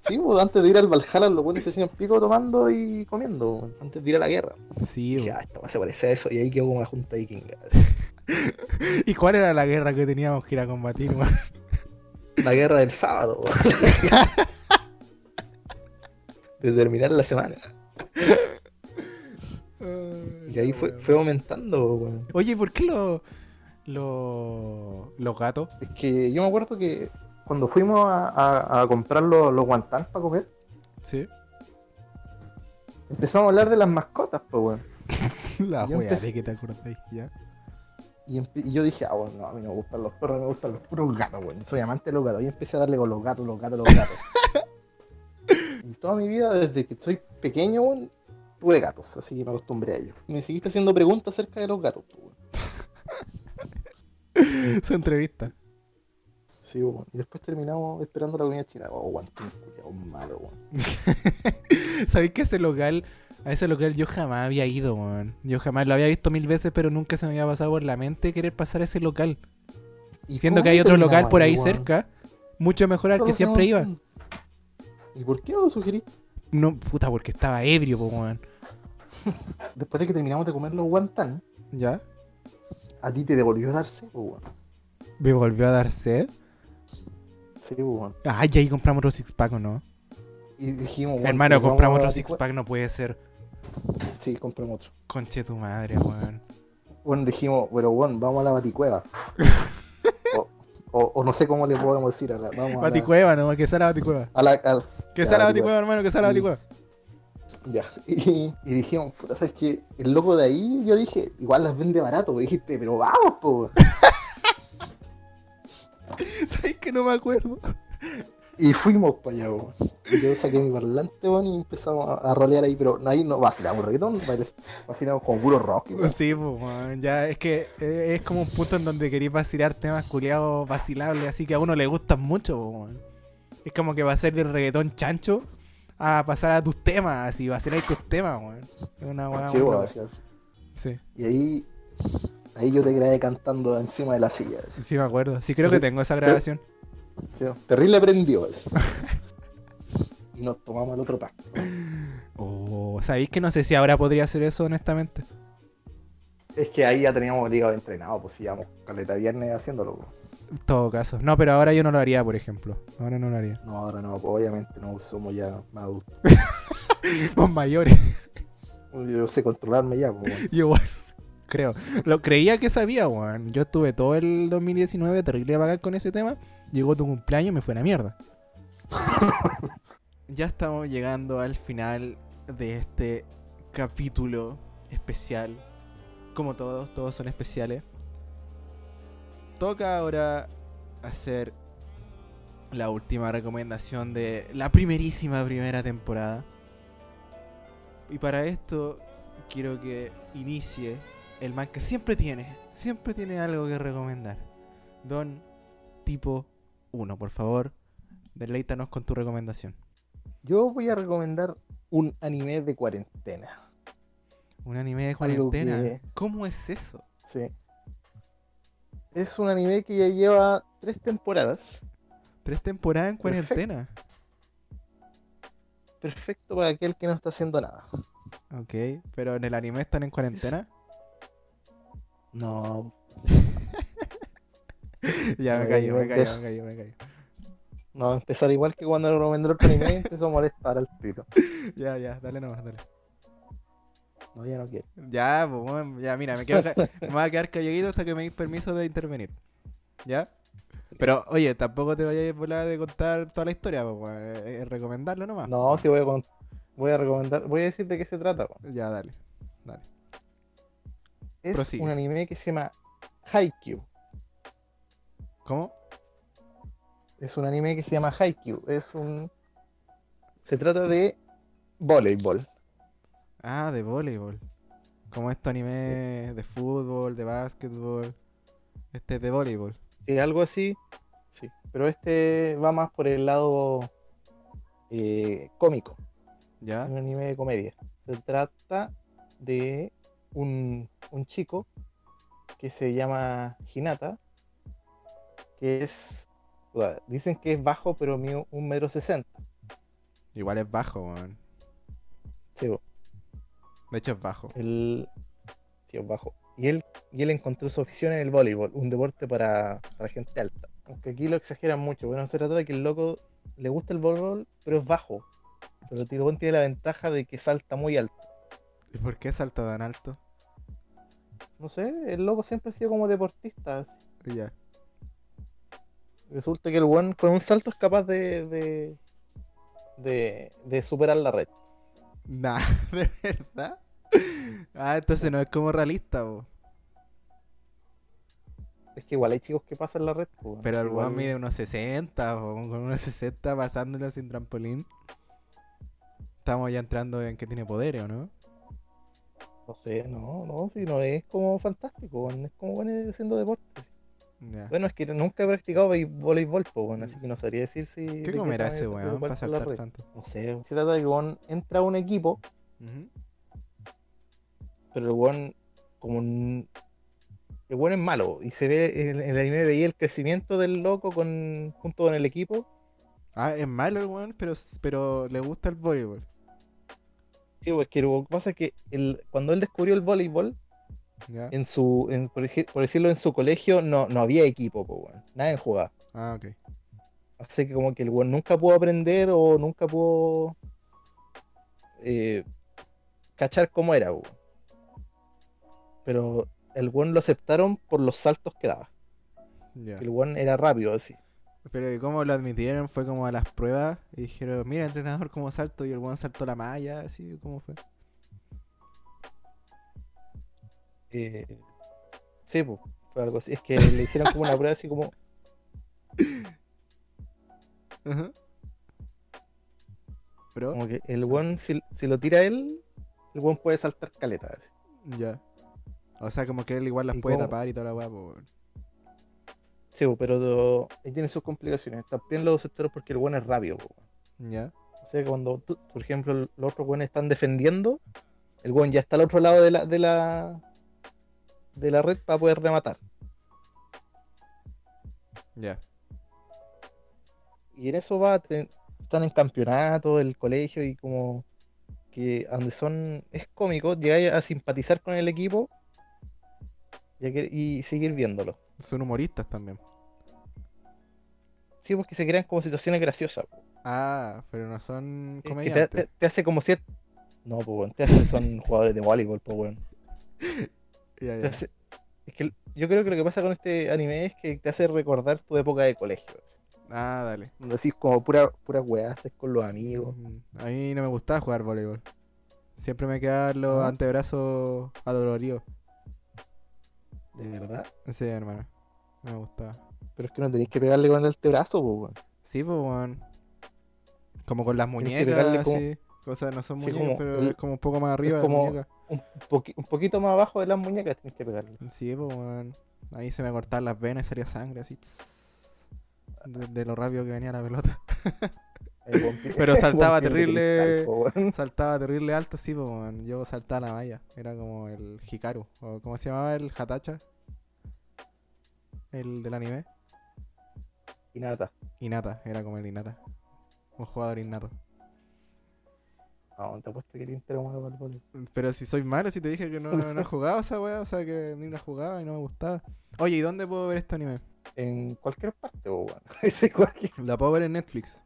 Speaker 2: Sí, pues, antes de ir al Valhalla los buenos se hacían pico tomando y comiendo, po, antes de ir a la guerra.
Speaker 1: Sí,
Speaker 2: Y
Speaker 1: po.
Speaker 2: dije, ah, esta voz se parece a eso, y ahí quedó como la junta vikinga. así.
Speaker 1: ¿Y cuál era la guerra que teníamos que ir a combatir, weón?
Speaker 2: La guerra del sábado. po. de terminar la semana. Y ahí fue, fue aumentando, po, weón.
Speaker 1: Oye, ¿por qué los los los gatos?
Speaker 2: Es que yo me acuerdo que cuando fuimos a, a- a comprar los, los guantán para comer,
Speaker 1: Sí.
Speaker 2: empezamos a hablar de las mascotas, pues, weón.
Speaker 1: La
Speaker 2: Yo
Speaker 1: wea
Speaker 2: empecé-
Speaker 1: de que te acordáis, ya.
Speaker 2: Y, empe- y yo dije, ah, bueno, no, a mí no me gustan los perros, me gustan los puros gatos, weón. Soy amante de los gatos. Y empecé a darle con los gatos, los gatos, los gatos. y toda mi vida, desde que soy pequeño, weón, tuve gatos, así que me acostumbré a ellos. Me seguiste haciendo preguntas acerca de los gatos, pues, weón.
Speaker 1: Su entrevista.
Speaker 2: Sí, weón. Y después terminamos esperando la comida china. Oh, guantán, un malo, weón.
Speaker 1: ¿Sabéis que ese local, a ese local yo jamás había ido, weón? Yo jamás lo había visto mil veces, pero nunca se me había pasado por la mente querer pasar a ese local.
Speaker 2: ¿Y
Speaker 1: Siendo
Speaker 2: cómo
Speaker 1: que hay otro
Speaker 2: terminamos
Speaker 1: local por ahí
Speaker 2: weón?
Speaker 1: cerca, mucho mejor al
Speaker 2: Claro,
Speaker 1: que
Speaker 2: no
Speaker 1: siempre iba.
Speaker 2: entiendo. ¿Y por qué no lo sugeriste?
Speaker 1: No, puta, porque estaba ebrio, po, weón.
Speaker 2: Después de que terminamos de comer los guantán,
Speaker 1: ¿Ya?
Speaker 2: a ti te devolvió a darse, pues, weón.
Speaker 1: Me volvió a dar sed.
Speaker 2: Sí, pues, weón.
Speaker 1: Ay, ahí compramos otro six pack, ¿o no?
Speaker 2: Y dijimos, weón,
Speaker 1: Hermano,
Speaker 2: pues,
Speaker 1: compramos otro
Speaker 2: vamos a
Speaker 1: six
Speaker 2: la
Speaker 1: pack, no puede ser.
Speaker 2: baticue- Sí, compramos otro.
Speaker 1: Conche tu madre, weón.
Speaker 2: Bueno, dijimos, pero bueno, vamos a la baticueva. o, o- o no sé cómo le podemos decir a la. Vamos a la-
Speaker 1: Baticueva, no, que sea la baticueva.
Speaker 2: A la, a la-
Speaker 1: Que
Speaker 2: Ya,
Speaker 1: sea la
Speaker 2: baticueva.
Speaker 1: baticueva, hermano, que sea la
Speaker 2: Mm.
Speaker 1: baticueva.
Speaker 2: Ya. Y, y dijimos, puta, ¿sabes qué? El loco de ahí, yo dije, igual las vende barato, güey. Dijiste, pero vamos, po.
Speaker 1: ¿Sabes que no me acuerdo?
Speaker 2: Y fuimos para allá, weón. Y Yo saqué mi parlante, weón, y empezamos a, a rolear ahí, pero ahí no vacilamos reggaetón, vac- vacilamos con puro rock, weón.
Speaker 1: Sí, pues, weón, ya es que eh, es como un punto en donde queréis vacilar temas culiados vacilables, así que a uno le gustan mucho, po, weón. Es como que va a ser del reggaetón chancho a pasar a tus temas, así vaciláis tus temas, weón. Es una weá.
Speaker 2: Sí,
Speaker 1: muy
Speaker 2: weón,
Speaker 1: loca.
Speaker 2: vacilamos.
Speaker 1: sí,
Speaker 2: Y ahí, ahí yo te grabé cantando encima de la silla. así.
Speaker 1: sí, me acuerdo. Sí, creo que tengo
Speaker 2: ¿eh?
Speaker 1: esa grabación.
Speaker 2: Sí, weón. Terrible prendió. así. y nos tomamos el otro pack.
Speaker 1: Oh, ¿sabéis que no sé si ahora podría hacer eso, honestamente?
Speaker 2: Es que ahí ya teníamos el hígado entrenado, pues íbamos caleta viernes haciéndolo, weón.
Speaker 1: En todo caso. No, pero ahora yo no lo haría, por ejemplo. Ahora no lo haría.
Speaker 2: No, ahora no, pues obviamente no somos ya más adultos.
Speaker 1: Los mayores.
Speaker 2: Yo sé controlarme ya, pues, weón.
Speaker 1: Yo igual, creo. Lo creía que sabía, weón. Yo estuve todo el 2019 terrible a pagar con ese tema. Llegó tu cumpleaños y me fue a la mierda. ya estamos llegando al final de este capítulo especial. Como todos, todos son especiales. Toca ahora hacer la última recomendación de la primerísima primera temporada. Y para esto quiero que inicie el man que siempre tiene, siempre tiene algo que recomendar. Don Tipo 1, por favor, deleítanos con tu recomendación.
Speaker 2: Yo voy a recomendar un anime de cuarentena.
Speaker 1: Un anime de
Speaker 2: Algo
Speaker 1: cuarentena.
Speaker 2: que-
Speaker 1: ¿Cómo es eso?
Speaker 2: Sí. Es un anime que ya lleva tres temporadas.
Speaker 1: Tres temporadas en
Speaker 2: Perfecto.
Speaker 1: cuarentena.
Speaker 2: Perfecto para aquel que no está haciendo nada.
Speaker 1: Ok, pero en el anime están en cuarentena.
Speaker 2: No.
Speaker 1: ya me
Speaker 2: Ay,
Speaker 1: callo, me
Speaker 2: no,
Speaker 1: callo,
Speaker 2: eso.
Speaker 1: me callo, me callo.
Speaker 2: No, va a empezar igual que cuando recomendó el anime empezó a molestar al tiro.
Speaker 1: Ya, ya, dale nomás, dale.
Speaker 2: No, ya no quiero.
Speaker 1: Ya, pues, bueno, ya, mira, me, quedo ca- me voy a quedar calladito hasta que me deis permiso de intervenir. ¿Ya? Pero, oye, tampoco te vayas a volar de contar toda la historia, pues, weón, eh, eh, recomendarlo nomás.
Speaker 2: No, sí voy a, con- voy a recomendar, voy a decir de qué se trata. po.
Speaker 1: Ya, dale.
Speaker 2: Es
Speaker 1: Prosigue.
Speaker 2: un anime que se llama Haikyuu.
Speaker 1: ¿Cómo?
Speaker 2: Es un anime que se llama Haikyuu. Es un... Se trata de voleibol.
Speaker 1: Ah, de voleibol. Como estos animes de fútbol, de básquetbol. Este es de voleibol.
Speaker 2: Sí, algo así. Sí. Pero este va más por el lado eh, cómico.
Speaker 1: ¿Ya?
Speaker 2: un anime de comedia. Se trata de un, un chico que se llama Hinata, que es. o sea, Dicen que es bajo, pero mío un metro sesenta.
Speaker 1: Igual es bajo, weón.
Speaker 2: Sí, bo,
Speaker 1: De hecho, es bajo.
Speaker 2: él- sí, es bajo. Y él, y él encontró su afición en el voleibol, un deporte para, para gente alta. Aunque aquí lo exageran mucho. Bueno, se trata de que el loco le gusta el voleibol, pero es bajo. Pero Tirobón tiene la ventaja de que salta muy alto.
Speaker 1: ¿Y por qué salta tan alto?
Speaker 2: No sé, el loco siempre ha sido como deportista. así.
Speaker 1: Ya.
Speaker 2: Resulta que el weón con un salto es capaz de, de, de, de superar la red.
Speaker 1: Nah, ¿de verdad? Ah, entonces no es como realista, weón.
Speaker 2: Es que igual hay chicos que pasan la red. pues, weón.
Speaker 1: Pero el
Speaker 2: Igual-
Speaker 1: weón mide unos 60, po, con unos 60 pasándolo sin trampolín. Estamos ya entrando en que tiene poderes, ¿o no?
Speaker 2: No sé, no, no, si no es como fantástico, weón, es como bueno haciendo deporte. sí.
Speaker 1: Ya.
Speaker 2: Bueno, es que nunca he practicado vei- voleibol, pues, weón, así que no sabría decir si. de
Speaker 1: ¿Qué comerá ese
Speaker 2: tamaño es el
Speaker 1: weón
Speaker 2: voleibol
Speaker 1: para
Speaker 2: con la
Speaker 1: saltar
Speaker 2: red.
Speaker 1: tanto?
Speaker 2: No sé, weón. se trata de que weón entra a un equipo,
Speaker 1: Ujú.
Speaker 2: pero el weón, como un. El weón es malo, y se ve, en el anime veía el crecimiento del loco con, junto con el equipo,
Speaker 1: Ah, es malo el weón, pero, pero le gusta el voleibol.
Speaker 2: Sí, pues que lo que pasa es que él- cuando él descubrió el voleibol,
Speaker 1: ¿Ya?
Speaker 2: en su, en- por, ej- por decirlo, en su colegio no, no había equipo, pues, nadie jugaba.
Speaker 1: Ah, ok.
Speaker 2: Así que como que el weón nunca pudo aprender o nunca pudo eh, cachar cómo era, po, weón. Pero el weón lo aceptaron por los saltos que daba.
Speaker 1: Ya.
Speaker 2: El weón era rápido, así.
Speaker 1: Pero y como lo admitieron fue como a las pruebas y dijeron, mira entrenador, cómo salto, y el weón saltó la malla, así, ¿cómo fue?
Speaker 2: Eh, sí, pues, fue algo así. Es que le hicieron como una prueba así como.
Speaker 1: Ajá. Pero,
Speaker 2: Como que el one, si, si lo tira él, el one puede saltar caleta. así.
Speaker 1: ya. O sea, como que él igual las
Speaker 2: ¿Y
Speaker 1: puede
Speaker 2: cómo?
Speaker 1: tapar y toda la weá, po, weón.
Speaker 2: Sí, po, pero do- ahí tiene sus complicaciones. También los receptores porque el one es rápido. po, weón.
Speaker 1: Ya.
Speaker 2: O sea, que cuando, tú- por ejemplo, los otros weones están defendiendo, el one ya está al otro lado de la, de la, de la red para poder rematar.
Speaker 1: Ya.
Speaker 2: Y en eso va, te- están en campeonato, el colegio y como que a donde son, es cómico, llegáis a simpatizar con el equipo y, a que- y seguir viéndolo.
Speaker 1: Son humoristas también.
Speaker 2: Sí, porque se crean como situaciones graciosas. po.
Speaker 1: Ah, pero no son
Speaker 2: Es Eh, que te,
Speaker 1: comediantes.
Speaker 2: te- te hace como cierto... No, pues weón, te hace, son jugadores de voleibol, pues weón.
Speaker 1: Ya,
Speaker 2: Te
Speaker 1: ya.
Speaker 2: hace- Es que yo creo que lo que pasa con este anime es que te hace recordar tu época de colegio. así.
Speaker 1: Ah, dale.
Speaker 2: Donde decís como pura, pura weá, estás con los amigos.
Speaker 1: Mm, A mí no me gustaba jugar voleibol. Siempre me quedaban los
Speaker 2: Ah.
Speaker 1: antebrazos adoloridos.
Speaker 2: De verdad.
Speaker 1: Sí, hermano. No me gustaba.
Speaker 2: Pero es que no tenéis que pegarle con el antebrazo, pues weón.
Speaker 1: Sí, pues, weón. Como con las
Speaker 2: Tienes que
Speaker 1: muñecas,
Speaker 2: pegarle como-
Speaker 1: así. Cosas no son
Speaker 2: Sí,
Speaker 1: muñecas,
Speaker 2: como
Speaker 1: pero
Speaker 2: el-
Speaker 1: es como un poco más arriba de
Speaker 2: como-
Speaker 1: la muñeca.
Speaker 2: un, poqui- un poquito más abajo de las muñecas tienes que pegarle.
Speaker 1: Sí, pues, weón. Ahí se me cortaban las venas y salía sangre, así. tss, De, de lo rápido que venía la pelota.
Speaker 2: Ahí, weón, pi-
Speaker 1: Pero saltaba
Speaker 2: weón, piel de
Speaker 1: terrible.
Speaker 2: cristal, po, weón.
Speaker 1: Saltaba terrible alto, sí, pues, weón. Yo saltaba la valla. Era como el Hikaru. O ¿Cómo se llamaba el Hatacha? El del anime.
Speaker 2: Y nada.
Speaker 1: Inata, era como el Inata. Un jugador innato.
Speaker 2: No, te apuesto que eres traumado para el voleibol.
Speaker 1: Pero si soy malo, si te dije que no, no jugaba esa weá, o sea que ni la jugaba y no me gustaba. Oye, ¿y dónde puedo ver este anime?
Speaker 2: En cualquier parte, po, weón. En cualquier-
Speaker 1: La puedo ver en Netflix.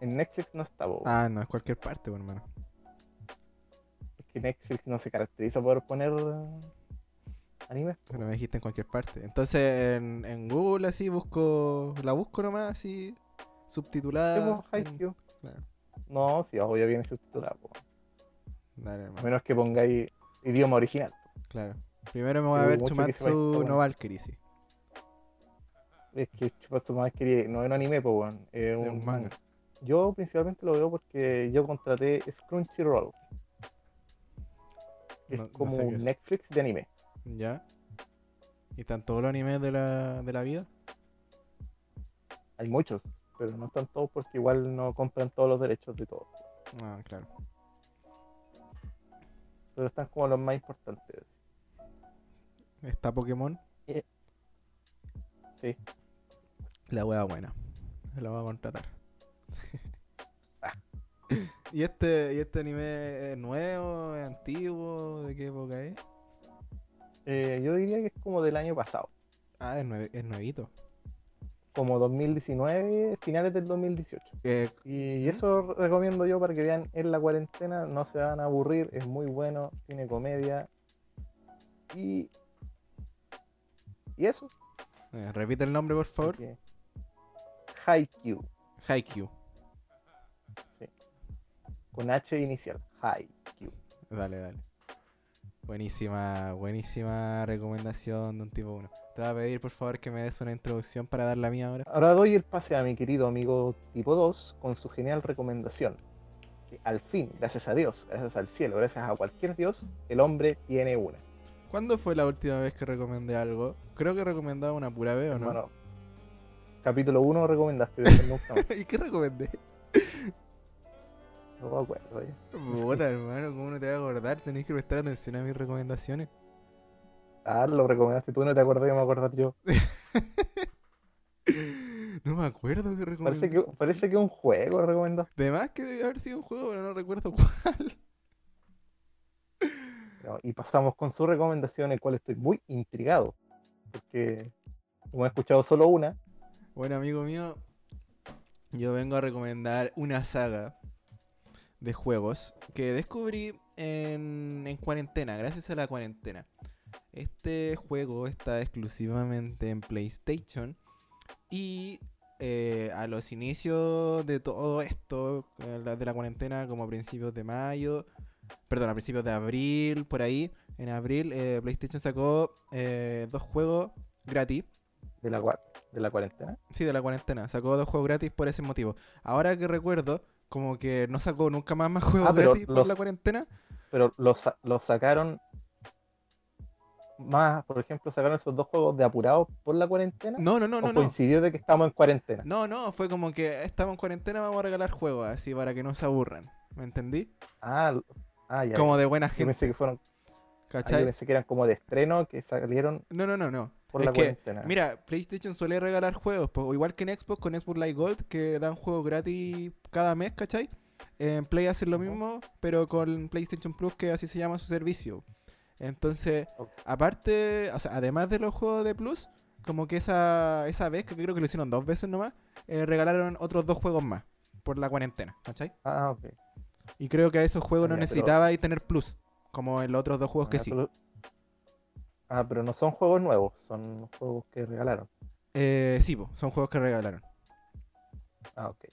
Speaker 2: En Netflix no está, po, weón.
Speaker 1: Ah, no, es cualquier parte, pues, hermano.
Speaker 2: Porque Netflix no se caracteriza por poner eh, animes.
Speaker 1: Pero me dijiste en cualquier parte. Entonces en, en Google así busco. La busco nomás así. Subtitulada.
Speaker 2: Tipo
Speaker 1: en-
Speaker 2: Haikyuu.
Speaker 1: claro.
Speaker 2: No, si obvio viene subtitulado, po, weón.
Speaker 1: Dale,
Speaker 2: a
Speaker 1: hermano.
Speaker 2: menos que pongáis idioma original.
Speaker 1: Claro. Primero me voy a
Speaker 2: Hubo
Speaker 1: ver
Speaker 2: mucho que se va a ir,
Speaker 1: Chumatsu
Speaker 2: bueno.
Speaker 1: no Valkyrie, sí.
Speaker 2: Es que Chupatsu más que no es un anime, po, weón, es
Speaker 1: un
Speaker 2: un,
Speaker 1: manga.
Speaker 2: manga. Yo principalmente lo veo porque yo contraté Crunchyroll. Es
Speaker 1: No- no
Speaker 2: como
Speaker 1: sé qué
Speaker 2: un
Speaker 1: es.
Speaker 2: Netflix de anime.
Speaker 1: ¿Ya? ¿Y están todos los animes de la, de la vida?
Speaker 2: Hay muchos, pero no están todos porque igual no compran todos los derechos de todos.
Speaker 1: Ah, claro.
Speaker 2: Pero están como los más importantes.
Speaker 1: ¿Está Pokémon?
Speaker 2: Eh. Sí.
Speaker 1: La hueá buena. Se la voy a contratar.
Speaker 2: Ah.
Speaker 1: ¿Y este, ¿Y este anime es nuevo? ¿Es antiguo? ¿De qué época es?
Speaker 2: Eh, yo diría que es como del año pasado.
Speaker 1: Ah, es, nue- es nuevito.
Speaker 2: Como 2019, finales del 2018.
Speaker 1: Eh,
Speaker 2: Y eso recomiendo yo para que vean en la cuarentena, no se van a aburrir, es muy bueno, tiene comedia. Y. Y eso.
Speaker 1: eh, repite el nombre, por favor.
Speaker 2: porque- Haikyuu,
Speaker 1: Haikyuu.
Speaker 2: con H inicial. Haikyuu.
Speaker 1: Dale, dale. Buenísima, buenísima recomendación de un tipo 1. Te voy a pedir, por favor, que me des una introducción para dar la mía ahora.
Speaker 2: Ahora doy el pase a mi querido amigo tipo 2 con su genial recomendación. Que al fin, gracias a Dios, gracias al cielo, gracias a cualquier Dios, el hombre tiene una.
Speaker 1: ¿Cuándo fue la última vez que recomendé algo? Creo que recomendaba una pura vez, ¿o no?
Speaker 2: Hermano, capítulo 1 recomendaste, después nunca más.
Speaker 1: ¿Y qué recomendé?
Speaker 2: No me acuerdo ya.
Speaker 1: Puta, hermano, ¿cómo no te vas a acordar? Tenés que prestar atención a mis recomendaciones.
Speaker 2: Ah, lo recomendaste tú, no te acordás, yo me acordar yo.
Speaker 1: No me acuerdo qué recomendé.
Speaker 2: Parece que, parece que un juego recomendó.
Speaker 1: De más que debe haber sido un juego, pero no recuerdo cuál.
Speaker 2: No, y pasamos con su recomendación, el cual estoy muy intrigado. Porque como he escuchado solo una,
Speaker 1: Bueno, amigo mío, yo vengo a recomendar una saga de juegos que descubrí en, en cuarentena, gracias a la cuarentena. Este juego está exclusivamente en PlayStation Y eh, a los inicios de todo esto, eh, la- de la cuarentena, como a principios de mayo, perdón, a principios de abril, por ahí, en abril, eh, PlayStation sacó eh, dos juegos gratis.
Speaker 6: de la, cua- de la cuarentena.
Speaker 1: Sí, de la cuarentena. Sacó dos juegos gratis por ese motivo. Ahora que recuerdo, como que no sacó nunca más, más juegos
Speaker 6: Ah, pero
Speaker 1: gratis por
Speaker 6: los-
Speaker 1: la cuarentena.
Speaker 6: Pero los, sa- los sacaron más, por ejemplo, sacaron esos dos juegos de apurados por la cuarentena.
Speaker 1: No, no, no,
Speaker 6: o
Speaker 1: no. No.
Speaker 6: coincidió de que estamos en cuarentena.
Speaker 1: no, no, fue como que estamos en cuarentena, vamos a regalar juegos así para que no se aburran. ¿Me entendí?
Speaker 6: Ah, lo- ah, ya.
Speaker 1: Como de buena
Speaker 6: Yo
Speaker 1: gente,
Speaker 6: pensé que fueron, ah, yo
Speaker 1: ¿cachai?
Speaker 6: pensé que eran como de estreno que salieron
Speaker 1: No, no, no, no.
Speaker 6: por
Speaker 1: Es
Speaker 6: la
Speaker 1: que,
Speaker 6: cuarentena.
Speaker 1: Mira, PlayStation suele regalar juegos, po, igual que en Xbox con Xbox Live Gold, que dan juegos gratis cada mes, ¿cachai? En Play hacen lo
Speaker 6: Ujú.
Speaker 1: mismo, pero con PlayStation Plus, que así se llama su servicio. Entonces,
Speaker 6: Ok.
Speaker 1: aparte, o sea, además de los juegos de Plus, como que esa, esa vez, que creo que lo hicieron dos veces nomás, eh, regalaron otros dos juegos más por la cuarentena, ¿cachai?
Speaker 6: Ah, ok.
Speaker 1: Y creo que a esos juegos
Speaker 6: Ah,
Speaker 1: no
Speaker 6: ya, pero-
Speaker 1: necesitaba ahí tener Plus, como en los otros dos juegos que
Speaker 6: Ah,
Speaker 1: sí.
Speaker 6: pero- Ah, pero no son juegos nuevos, son juegos que regalaron.
Speaker 1: Eh, sí, po, son juegos que regalaron.
Speaker 6: Ah, ok.
Speaker 1: Eh,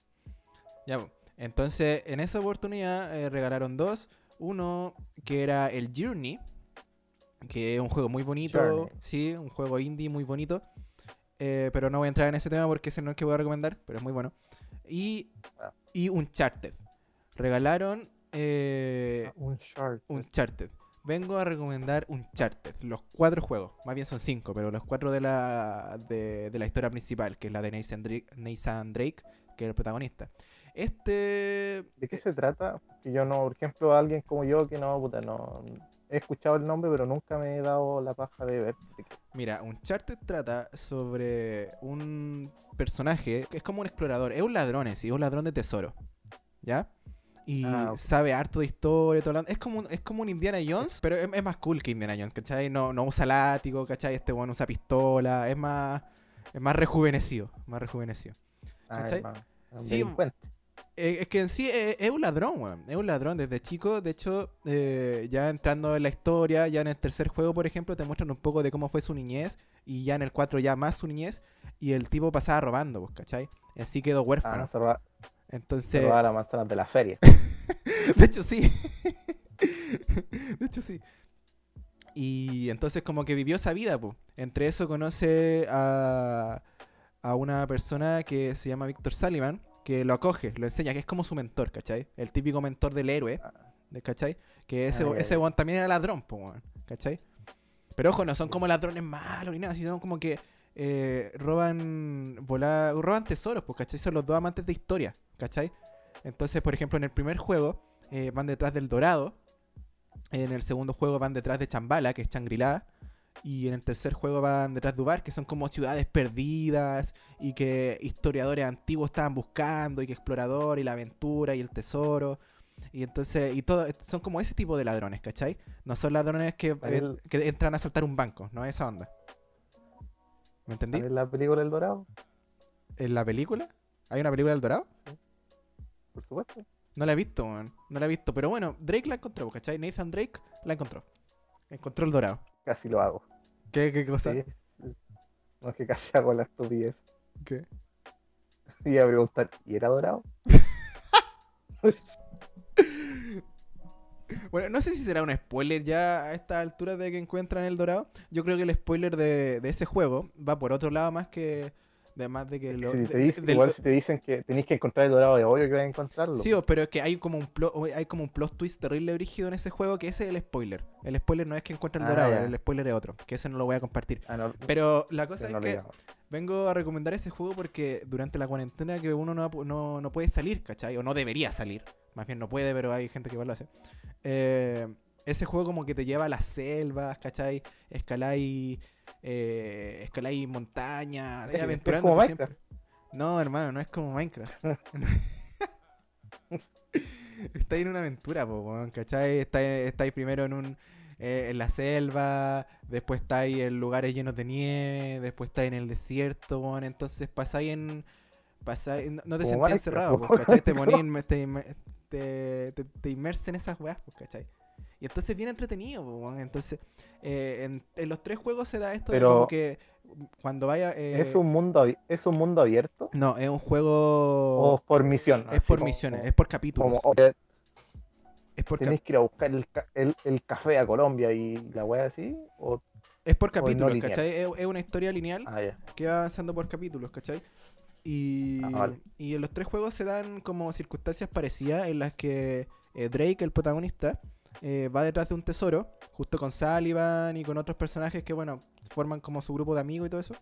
Speaker 1: Ya, po. entonces en esa oportunidad eh, regalaron dos. Uno que era el Journey, que es un juego muy bonito,
Speaker 6: Journey.
Speaker 1: sí, un juego indie muy bonito. Eh, pero no voy a entrar en ese tema porque ese no es el que voy a recomendar, pero es muy bueno. Y,
Speaker 6: Ah.
Speaker 1: y Uncharted. Regalaron eh,
Speaker 6: Ah, un short.
Speaker 1: Uncharted. Vengo a recomendar Uncharted, los cuatro juegos, más bien son cinco, pero los cuatro de la, de, de la historia principal, que es la de Nathan Drake, Nathan Drake, que es el protagonista. Este...
Speaker 6: ¿De qué se trata? Que yo no, por ejemplo, alguien como yo que no, puta, no. He escuchado el nombre, pero nunca me he dado la paja de ver. de qué-
Speaker 1: Mira, Uncharted trata sobre un personaje que es como un explorador, es un ladrón, sí, es un ladrón de tesoro, ¿ya? Y
Speaker 6: Ah, ok.
Speaker 1: sabe harto de historia, todo lo- es, como un, es como un Indiana Jones, pero es, es más cool que Indiana Jones, ¿cachai? No, no usa látigo, ¿cachai? Este bueno usa pistola, es más, es más rejuvenecido, más rejuvenecido.
Speaker 6: Ah,
Speaker 1: ¿Cachai?
Speaker 6: hermano, un
Speaker 1: Sí,
Speaker 6: delincuente.
Speaker 1: Eh, es que en sí es, es un ladrón, weón. Es un ladrón desde chico. De hecho, eh, ya entrando en la historia, ya en el tercer juego, por ejemplo, te muestran un poco de cómo fue su niñez. Y ya en el 4 ya más su niñez. Y el tipo pasaba robando, pues, ¿cachai? Así quedó
Speaker 6: Ah,
Speaker 1: huérfano.
Speaker 6: se roba, se
Speaker 1: Entonces,
Speaker 6: robaba la manzana de la feria.
Speaker 1: de hecho sí. de hecho sí. Y entonces como que vivió esa vida, pues. Entre eso conoce a, a una persona que se llama Víctor Sullivan, que lo acoge, lo enseña, que es como su mentor, ¿cachai? El típico mentor del héroe, ¿de- ¿cachai? Que ese,
Speaker 6: Ah, ya,
Speaker 1: ese
Speaker 6: ya.
Speaker 1: weón también era ladrón, pues, weón, ¿cachai? Pero ojo, no son como ladrones malos ni nada, sino como que eh, roban volá- roban tesoros, pues, ¿cachai? Son los dos amantes de historia, ¿cachai? Entonces, por ejemplo, en el primer juego eh, van detrás del Dorado, en el segundo juego van detrás de Chambala, que es Changrila, y en el tercer juego van detrás de Ubar, que son como ciudades perdidas y que historiadores antiguos estaban buscando y que explorador y la aventura y el tesoro. Y entonces, y todo, son como ese tipo de ladrones, ¿cachai? No son ladrones que,
Speaker 6: Ariel-
Speaker 1: eh, que entran a saltar un banco, no es esa onda. ¿Me entendí?
Speaker 6: ¿Sabes la película El Dorado?
Speaker 1: ¿En la película? ¿Hay una película del Dorado?
Speaker 6: Por supuesto.
Speaker 1: No la he visto, weón. No la he visto. Pero bueno, Drake la encontró, ¿cachai? Nathan Drake la encontró. Encontró el dorado.
Speaker 6: Casi lo hago.
Speaker 1: ¿Qué, qué cosa?
Speaker 6: sí. No es que casi hago la estupidez.
Speaker 1: ¿Qué?
Speaker 6: Y iba a preguntar, ¿y era dorado?
Speaker 1: Bueno, no sé si será un spoiler ya a esta altura de que encuentran el dorado. Yo creo que el spoiler de, de ese juego va por otro lado más que... Además de que... Lo,
Speaker 6: si te
Speaker 1: de-
Speaker 6: dicen,
Speaker 1: del-
Speaker 6: igual si te dicen que tenéis que encontrar el dorado de obvio que vais a encontrarlo.
Speaker 1: Sí, o- pero es que hay como un plot, hay como un plot twist terrible brígido en ese juego que ese es el spoiler. El spoiler no es que encuentran el
Speaker 6: Ah,
Speaker 1: dorado,
Speaker 6: ya.
Speaker 1: el spoiler es otro, que ese no lo voy a compartir.
Speaker 6: Ah, no,
Speaker 1: Pero la cosa
Speaker 6: no
Speaker 1: es
Speaker 6: lo
Speaker 1: que
Speaker 6: digamos.
Speaker 1: Vengo a recomendar ese juego porque durante la cuarentena que uno no, ha pu- no- no puede salir, ¿cachai? O no debería salir. Más bien no puede, pero hay gente que igual lo hace. Eh, ese juego como que te lleva a las selvas, ¿cachai? Escaláis, eh, escaláis montañas,
Speaker 6: Es-
Speaker 1: eh,
Speaker 6: es
Speaker 1: aventurándote
Speaker 6: como
Speaker 1: siempre. No, hermano, no es como Minecraft. estáis en una aventura, po, weón, ¿cachai? Estáis, estáis primero en un eh, en la selva, después estáis en lugares llenos de nieve, después estáis en el desierto, weón, entonces pasáis en... pasáis- no, no te
Speaker 6: Como
Speaker 1: sentís
Speaker 6: Minecraft,
Speaker 1: encerrado,
Speaker 6: po,
Speaker 1: po, ¿cachai? Te
Speaker 6: Minecraft.
Speaker 1: ponís, inme- te, inme- te, te, te inmerses en esas weas, po, ¿cachai? pues, Y entonces bien entretenido, po, weón, entonces eh, en, en los tres juegos se da esto de
Speaker 6: Pero-
Speaker 1: como que cuando vaya... eh,
Speaker 2: ¿Es, un mundo, abi- ¿Es un mundo abierto?
Speaker 1: No, es un
Speaker 2: ¿O
Speaker 1: juego...
Speaker 2: por misión?
Speaker 1: es
Speaker 2: Oh, Así
Speaker 1: por
Speaker 2: como-
Speaker 1: misiones, es por capítulos.
Speaker 2: Como, oye,
Speaker 1: es, por cap-
Speaker 2: ¿Tenés que ir a buscar el, ca- el- el café a Colombia y la wea así? ¿O...
Speaker 1: es por
Speaker 2: no
Speaker 1: capítulos,
Speaker 2: lineal.
Speaker 1: ¿cachai? Es, es una historia lineal
Speaker 2: Ah, ya.
Speaker 1: que va avanzando por capítulos, ¿cachai? Y,
Speaker 2: Ah, vale.
Speaker 1: y en los tres juegos se dan como circunstancias parecidas en las que eh, Drake, el protagonista, eh, va detrás de un tesoro, justo con Sullivan y con otros personajes que, bueno, forman como su grupo de amigos y todo eso.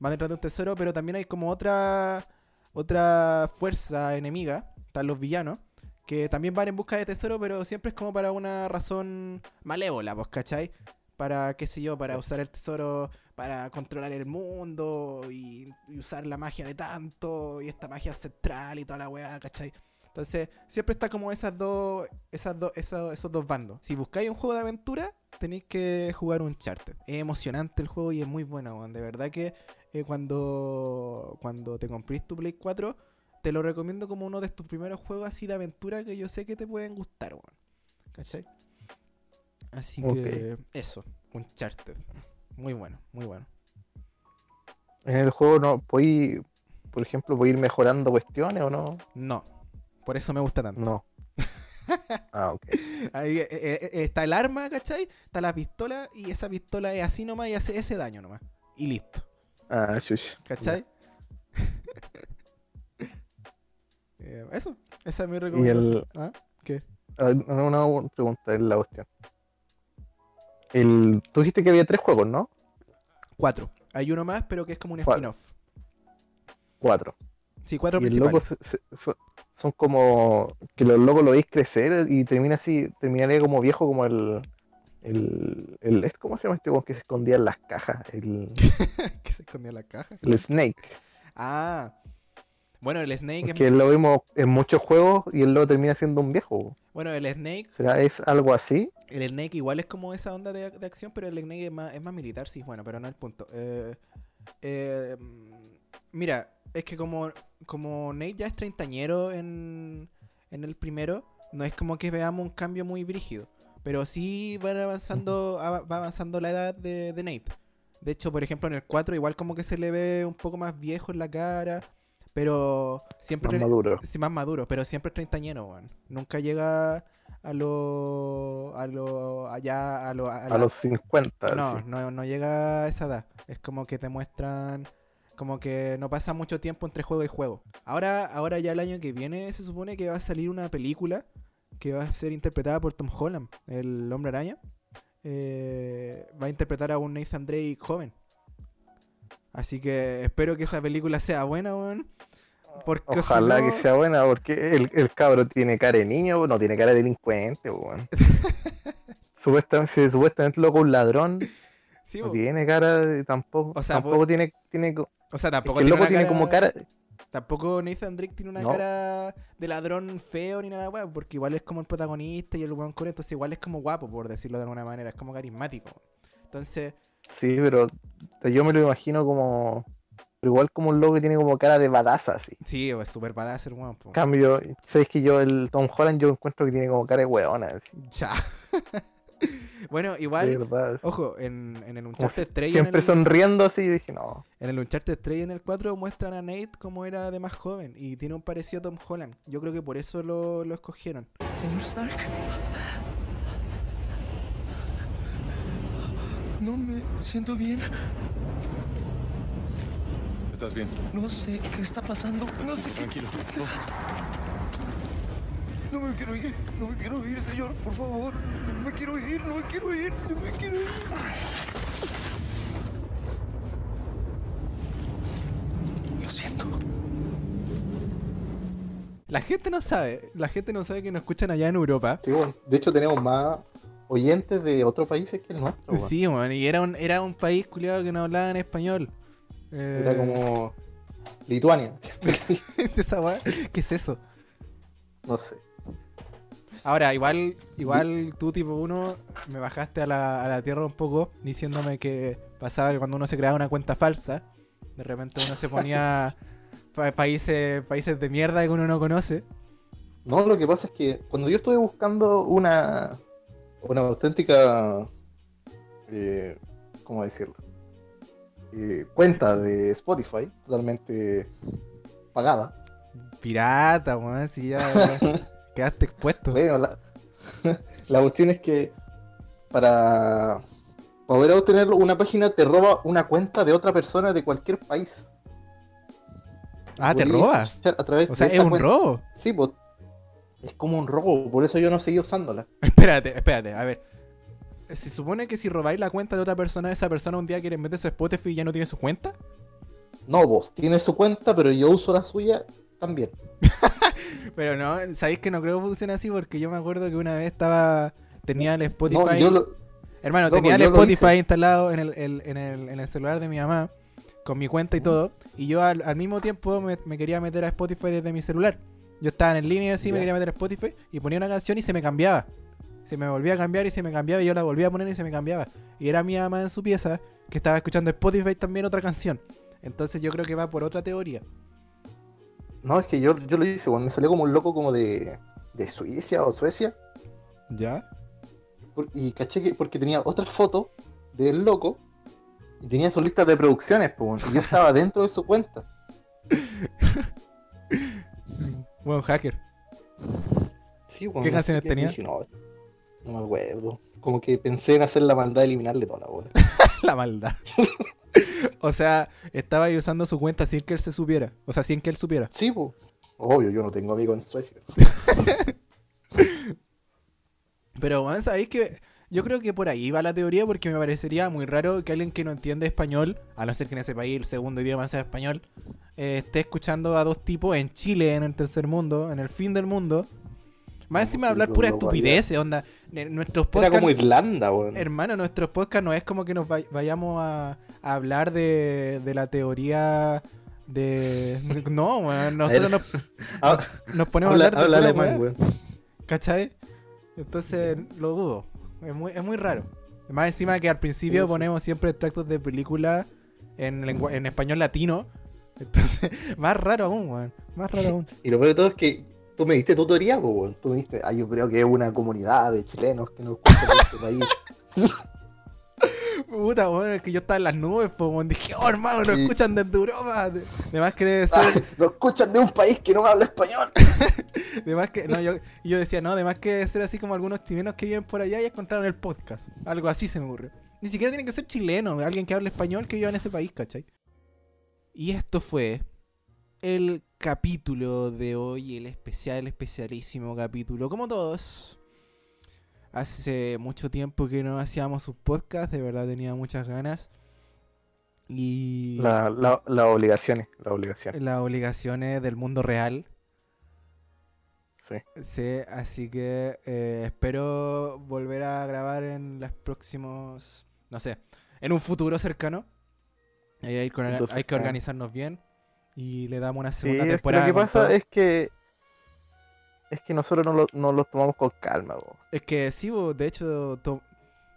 Speaker 1: Van detrás de un tesoro, pero también hay como otra, otra fuerza enemiga, están los villanos, que también van en busca de tesoro, pero siempre es como para una razón malévola, ¿vos cachai? Para, qué sé yo, para usar el tesoro, para controlar el mundo y, y usar la magia de tanto y esta magia central y toda la weá, ¿cachai? Entonces, siempre está como esas dos, esas dos, esos, esos dos bandos. Si buscáis un juego de aventura, tenéis que jugar un charter. Es emocionante el juego y es muy bueno, weón. De verdad que eh, cuando, cuando te comprís tu Play 4, te lo recomiendo como uno de tus primeros juegos así de aventura que yo sé que te pueden gustar, weón. ¿Cachai? Así que eso, un charter. Muy bueno, muy bueno.
Speaker 2: ¿En el juego no podí, por ejemplo, podí ir mejorando cuestiones o no?
Speaker 1: No, por eso me gusta tanto.
Speaker 2: No. ah, ok.
Speaker 1: Ahí eh, eh, eh, está el arma, ¿cachai? Está la pistola y esa pistola es así nomás y hace ese daño nomás. Y listo,
Speaker 2: Ah, shush.
Speaker 1: ¿cachai? Eh, eso, esa es mi
Speaker 2: Y
Speaker 1: recomendación.
Speaker 2: el...
Speaker 1: Ah,
Speaker 2: ah, no, no, una pregunta es la cuestión. El... Tú dijiste que había tres juegos, ¿no?
Speaker 1: Cuatro. Hay uno más, pero que es como un
Speaker 2: Cuatro.
Speaker 1: spin-off.
Speaker 2: Cuatro.
Speaker 1: Sí, cuatro
Speaker 2: y el loco
Speaker 1: principales.
Speaker 2: se- se- son, son como... Que los locos lo veis crecer y termina así, terminaría como viejo como el... El, el, ¿Cómo se llama este weón que se escondía en las cajas? El,
Speaker 1: que se escondió en la caja.
Speaker 2: el Snake.
Speaker 1: Ah. Bueno, el Snake es...
Speaker 2: Que lo vimos en muchos juegos y él luego termina siendo un viejo.
Speaker 1: Bueno, el Snake
Speaker 2: ¿Será es algo así?
Speaker 1: El Snake igual es como esa onda de, de acción, pero el Snake es más, es más militar, sí, bueno, pero no el punto. Eh, eh, mira, es que como, como Nate ya es treintañero en, en el primero, no es como que veamos un cambio muy brígido. Pero sí van avanzando, av- va avanzando la edad de, de Nate. De hecho, por ejemplo, en el 4 igual como que se le ve un poco más viejo en la cara, pero siempre...
Speaker 2: Más maduro.
Speaker 1: Sí, más maduro, pero siempre es treintañero, weón. Nunca llega a lo. a lo. allá, a lo. a la-
Speaker 2: A los 50.
Speaker 1: No,
Speaker 2: así.
Speaker 1: no, no llega a esa edad. Es como que te muestran. Como que no pasa mucho tiempo entre juego y juego. Ahora, ahora ya el año que viene se supone que va a salir una película que va a ser interpretada por Tom Holland, el hombre araña. Eh, va a interpretar a un Nathan Drake joven. Así que espero que esa película sea buena, weón. Porque si
Speaker 2: Ojalá
Speaker 1: no-
Speaker 2: que sea buena porque el, el cabro tiene cara de niño, no tiene cara de delincuente, weón. supuestamente, si supuestamente loco un ladrón,
Speaker 1: Sí,
Speaker 2: no
Speaker 1: po.
Speaker 2: tiene cara de, tampoco.
Speaker 1: O sea,
Speaker 2: tampoco
Speaker 1: vos-
Speaker 2: tiene, tiene co-
Speaker 1: O sea,
Speaker 2: es
Speaker 1: tampoco
Speaker 2: que el loco
Speaker 1: una
Speaker 2: tiene como cara.
Speaker 1: Tampoco Nathan Drake tiene una
Speaker 2: No.
Speaker 1: cara de ladrón feo ni nada, weón, porque igual es como el protagonista y el weón core, entonces igual es como guapo, por decirlo de alguna manera, es como carismático. Entonces,
Speaker 2: Sí, pero yo me lo imagino como. pero igual como un loco que tiene como cara de badaza así.
Speaker 1: sí, es súper badass el weón, po.
Speaker 2: En cambio, sabéis que yo, el Tom Holland, yo encuentro que tiene como cara de weona, así.
Speaker 1: Ya. bueno,
Speaker 2: De
Speaker 1: igual,
Speaker 2: verdad. así.
Speaker 1: ojo, en, en el
Speaker 2: Como
Speaker 1: Uncharted
Speaker 2: si-
Speaker 1: 3 y Oh, en
Speaker 2: siempre
Speaker 1: el,
Speaker 2: sonriendo así, dije, no.
Speaker 1: en el Uncharted 3 y en el 4 muestran a Nate como era de más joven y tiene un parecido a Tom Holland. Yo creo que por eso lo, lo escogieron.
Speaker 7: Señor Stark. No me siento bien.
Speaker 8: ¿Estás bien?
Speaker 7: No sé qué está pasando. No sé qué.
Speaker 8: Tranquilo.
Speaker 7: No me quiero ir. No me quiero ir, señor. Por favor. No me quiero ir. No me quiero ir. No me quiero ir. Lo siento.
Speaker 1: La gente no sabe, la gente no sabe que nos escuchan allá en Europa.
Speaker 9: Sí, bueno, de hecho tenemos más oyentes de otros países que el nuestro. weón.
Speaker 1: Sí, weón, y era un, era un país culiado que no hablaba en español. Eh,
Speaker 9: Era como Lituania,
Speaker 1: esa weá, ¿Qué es eso?
Speaker 9: no sé.
Speaker 1: Ahora, igual, igual tú, tipo 1, me bajaste a la, a la tierra un poco diciéndome que pasaba que cuando uno se creaba una cuenta falsa, de repente uno se ponía pa- países, países de mierda que uno no conoce.
Speaker 9: No, lo que pasa es que cuando yo estuve buscando una, una auténtica, eh, ¿cómo decirlo?
Speaker 2: eh, cuenta de Spotify, totalmente pagada.
Speaker 1: Pirata, weón, si ya quedaste expuesto.
Speaker 2: Bueno, la, la cuestión es que para poder obtenerlo, una página te roba una cuenta de otra persona de cualquier país.
Speaker 1: ah, te
Speaker 2: Podías
Speaker 1: roba.
Speaker 2: escuchar A través
Speaker 1: O sea,
Speaker 2: de
Speaker 1: es
Speaker 2: esa
Speaker 1: un
Speaker 2: cuenta.
Speaker 1: robo.
Speaker 2: Sí, pues, es como un robo, por eso yo no seguí usándola.
Speaker 1: Espérate, espérate, a ver. ¿Se supone que si robáis la cuenta de otra persona, esa persona un día quiere meterse a Spotify y ya no tiene su cuenta?
Speaker 2: No, vos, tiene su cuenta, pero yo uso la suya también.
Speaker 1: Pero no, sabéis que no creo que funcione así porque yo me acuerdo que una vez estaba. Tenía el Spotify.
Speaker 2: No, yo lo-
Speaker 1: Hermano,
Speaker 2: No,
Speaker 1: tenía
Speaker 2: pues
Speaker 1: el
Speaker 2: yo lo
Speaker 1: Spotify
Speaker 2: hice.
Speaker 1: instalado en el, el- en, el, en el celular de mi mamá, con mi cuenta y todo, y yo al, al mismo tiempo me, me quería meter a Spotify desde mi celular. Yo estaba en el línea así, me
Speaker 2: Ya.
Speaker 1: quería meter a Spotify, y ponía una canción y se me cambiaba. Se me volvía a cambiar y se me cambiaba, y yo la volvía a poner y se me cambiaba. Y era mi mamá en su pieza, que estaba escuchando Spotify también otra canción. Entonces yo creo que va por otra teoría.
Speaker 2: No, es que yo, yo lo hice, bueno, me salió como un loco como de, de Suecia o Suecia.
Speaker 1: ¿Ya?
Speaker 2: por- y caché que porque tenía otras fotos del loco y tenía sus listas de producciones, pues, bueno, y yo estaba dentro de su cuenta.
Speaker 1: Buen hacker.
Speaker 2: Sí, bueno,
Speaker 1: ¿Qué
Speaker 2: así
Speaker 1: canciones
Speaker 2: que
Speaker 1: tenía?
Speaker 2: dije, no, no me acuerdo. Como que pensé en hacer la maldad de eliminarle toda la bola.
Speaker 1: la maldad. o sea, estaba ahí usando su cuenta sin que él se supiera. O sea, sin que él supiera.
Speaker 2: Sí, pues. Obvio, yo no tengo amigos en Suecia.
Speaker 1: Pero, weón, sabéis que yo creo que por ahí va la teoría porque me parecería muy raro que alguien que no entiende español, a no ser que en ese país el segundo idioma sea español, eh, esté escuchando a dos tipos en Chile, en el tercer mundo, en el fin del mundo. Más
Speaker 2: No,
Speaker 1: encima
Speaker 2: sí,
Speaker 1: hablar
Speaker 2: pero
Speaker 1: pura
Speaker 2: loco allá.
Speaker 1: estupidez, onda. N- Nuestros
Speaker 2: Era
Speaker 1: podcasts,
Speaker 2: como Irlanda, weón.
Speaker 1: hermano, nuestros podcasts no es como que nos vay- vayamos a, a hablar de, de la teoría de... No, weón, nosotros nos,
Speaker 2: Ah,
Speaker 1: nos ponemos a
Speaker 2: Habla,
Speaker 1: hablar de
Speaker 2: habla
Speaker 1: pura
Speaker 2: alemán,
Speaker 1: weá.
Speaker 2: weón.
Speaker 1: ¿Cachai? Entonces lo dudo. Es muy, es muy raro. Más encima que al principio
Speaker 2: Sí, sí.
Speaker 1: ponemos siempre extractos de películas en, lengua- en español latino. Entonces, más raro aún, weón. Más raro aún.
Speaker 2: Y lo peor de todo es que tú me diste tu teoría, pues, weón. Tú me diste, ah, yo creo que es una comunidad de chilenos que nos escuchan en este país.
Speaker 1: Puta, weón, es que yo estaba en las nubes, pues, weón. Dije, oh, hermano, lo
Speaker 2: Sí.
Speaker 1: escuchan desde Europa. De, de más que debe
Speaker 2: Ah,
Speaker 1: ser.
Speaker 2: nos escuchan de un país que no habla español.
Speaker 1: De más que. No, yo, yo decía, no, de más que debe ser así como algunos chilenos que viven por allá y encontraron el podcast. Algo así se me ocurrió. Ni siquiera tiene que ser chileno, alguien que hable español que viva en ese país, ¿cachai? Y esto fue el capítulo de hoy, el especial, especialísimo capítulo, como todos. Hace mucho tiempo que no hacíamos un podcast, de verdad tenía muchas ganas. Y
Speaker 5: La- la- las obligaciones, las obligaciones.
Speaker 1: las obligaciones del mundo real.
Speaker 5: Sí.
Speaker 1: Sí, así que eh, espero volver a grabar en los próximos, no sé, en un futuro cercano. Ahí Hay, que orga-
Speaker 5: Entonces,
Speaker 1: hay que
Speaker 5: ah.
Speaker 1: organizarnos bien y le damos una
Speaker 5: Sí,
Speaker 1: segunda
Speaker 5: es que
Speaker 1: temporada.
Speaker 5: lo que
Speaker 1: con
Speaker 5: pasa
Speaker 1: todo.
Speaker 5: es que es que nosotros no lo, no lo tomamos con calma, po.
Speaker 1: Es que sí, bo, de hecho, to-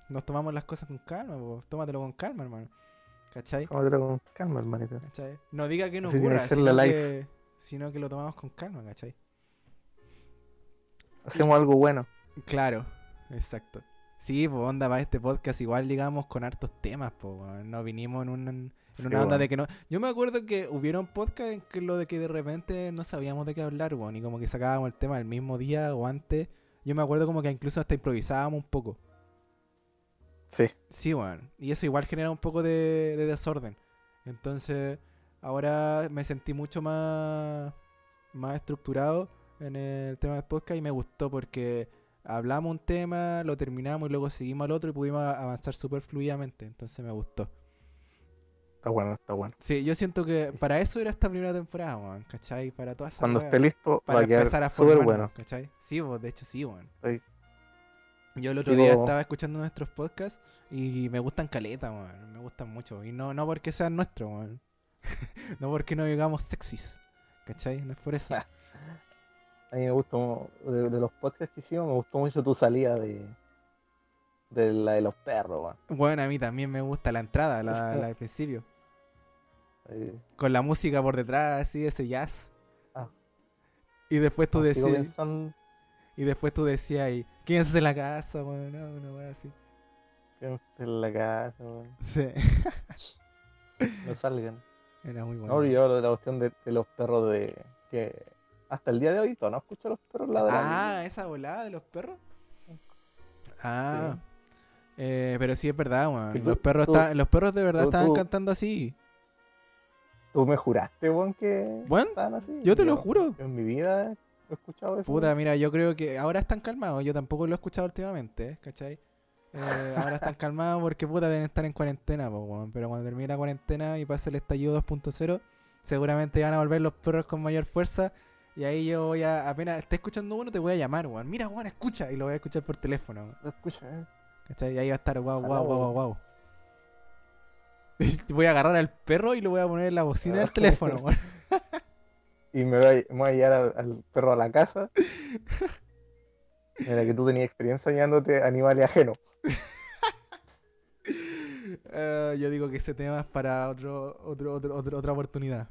Speaker 1: nos tomamos las cosas con calma, bo. tómatelo con calma, hermano. ¿Cachai?
Speaker 5: Tómatelo con calma, hermanito.
Speaker 1: ¿Cachai? No diga que no
Speaker 5: Así tiene que
Speaker 1: ocurra,
Speaker 5: ser
Speaker 1: sino,
Speaker 5: la
Speaker 1: que, sino que lo tomamos con calma, ¿cachai?
Speaker 5: Hacemos algo bueno.
Speaker 1: Claro, exacto. Sí, pues onda, para este podcast igual llegamos con hartos temas, pues no vinimos en, un- en
Speaker 5: Sí,
Speaker 1: una onda
Speaker 5: weón.
Speaker 1: de que no... Yo me acuerdo que hubieron podcasts en que lo de que de repente no sabíamos de qué hablar, weón, y como que sacábamos el tema el mismo día o antes. Yo me acuerdo como que incluso hasta improvisábamos un poco.
Speaker 5: Sí.
Speaker 1: Sí, weón. Y eso igual genera un poco de, de desorden. Entonces, ahora me sentí mucho más, más estructurado en el tema del podcast y me gustó porque hablamos un tema, lo terminamos y luego seguimos al otro y pudimos a- avanzar súper fluidamente. Entonces me gustó.
Speaker 5: Está bueno, está bueno.
Speaker 1: Sí, yo siento que para eso era esta primera temporada, weón, ¿cachai? Para todas esas
Speaker 5: Cuando
Speaker 1: weas,
Speaker 5: esté listo, va
Speaker 1: Para
Speaker 5: a
Speaker 1: empezar a
Speaker 5: quedar súper
Speaker 1: formar,
Speaker 5: bueno.
Speaker 1: ¿cachai? Sí, vos, de hecho sí, weón.
Speaker 5: Sí.
Speaker 1: Yo el otro
Speaker 5: Digo-
Speaker 1: día estaba escuchando nuestros podcasts y me gustan caleta, weón. Me gustan mucho. Y no, no porque sean nuestros, weón. no porque no digamos sexys, ¿cachai? No es por eso.
Speaker 2: A mí me gustó, de, de los podcasts que hicimos, me gustó mucho tu salida de, de la de los perros, weón.
Speaker 1: Bueno, a mí también me gusta la entrada, la, la del principio.
Speaker 2: Eh,
Speaker 1: Con la música por detrás, así, ese jazz.
Speaker 2: Ah.
Speaker 1: Y después tú
Speaker 2: sigo
Speaker 1: decías,
Speaker 2: pensando,
Speaker 1: y después tú decías ahí, ¿quién es de la casa? Bueno, no, una wea así.
Speaker 2: siempre en la casa, weón.
Speaker 1: Sí.
Speaker 2: No salgan.
Speaker 1: Era muy bueno.
Speaker 2: No, yo lo de la cuestión de, de los perros de. que hasta el día de hoy todavía no escucho a los perros ladrar.
Speaker 1: Ah, esa volada de los perros. Ah. Eh, pero sí es verdad,
Speaker 2: Que
Speaker 1: weón.
Speaker 2: tú-
Speaker 1: Los perros
Speaker 2: tú-
Speaker 1: estaban- los perros de verdad
Speaker 2: tú-
Speaker 1: estaban
Speaker 2: tú-
Speaker 1: cantando así.
Speaker 2: Tú me juraste, weón, que
Speaker 1: Bueno,
Speaker 2: estaban así.
Speaker 1: yo te lo juro.
Speaker 2: En mi vida he escuchado eso.
Speaker 1: Puta, mira, yo creo que ahora están calmados. Yo tampoco lo he escuchado últimamente, ¿eh? ¿cachai? Eh, ahora están calmados porque puta deben estar en cuarentena, po, weón. Pero cuando termine la cuarentena y pase el estallido 2.0, seguramente van a volver los perros con mayor fuerza. Y ahí yo voy a, apenas esté escuchando uno, te voy a llamar, weón. Mira, weón, escucha. Y lo voy a escuchar por teléfono, weón.
Speaker 2: Lo escucha, eh.
Speaker 1: ¿Cachai? Y ahí va a estar guau,
Speaker 2: Ojalá,
Speaker 1: guau, guau,
Speaker 2: weón.
Speaker 1: guau, guau. Voy a agarrar al perro y lo voy a poner en la bocina del teléfono, weón.
Speaker 2: Y me voy, a- me voy a llevar al, al perro a la casa. Mira, que tú tenías experiencia guiándote animales ajenos.
Speaker 1: Eh, yo digo que ese tema es para otro, otro, otro, otro- otra oportunidad.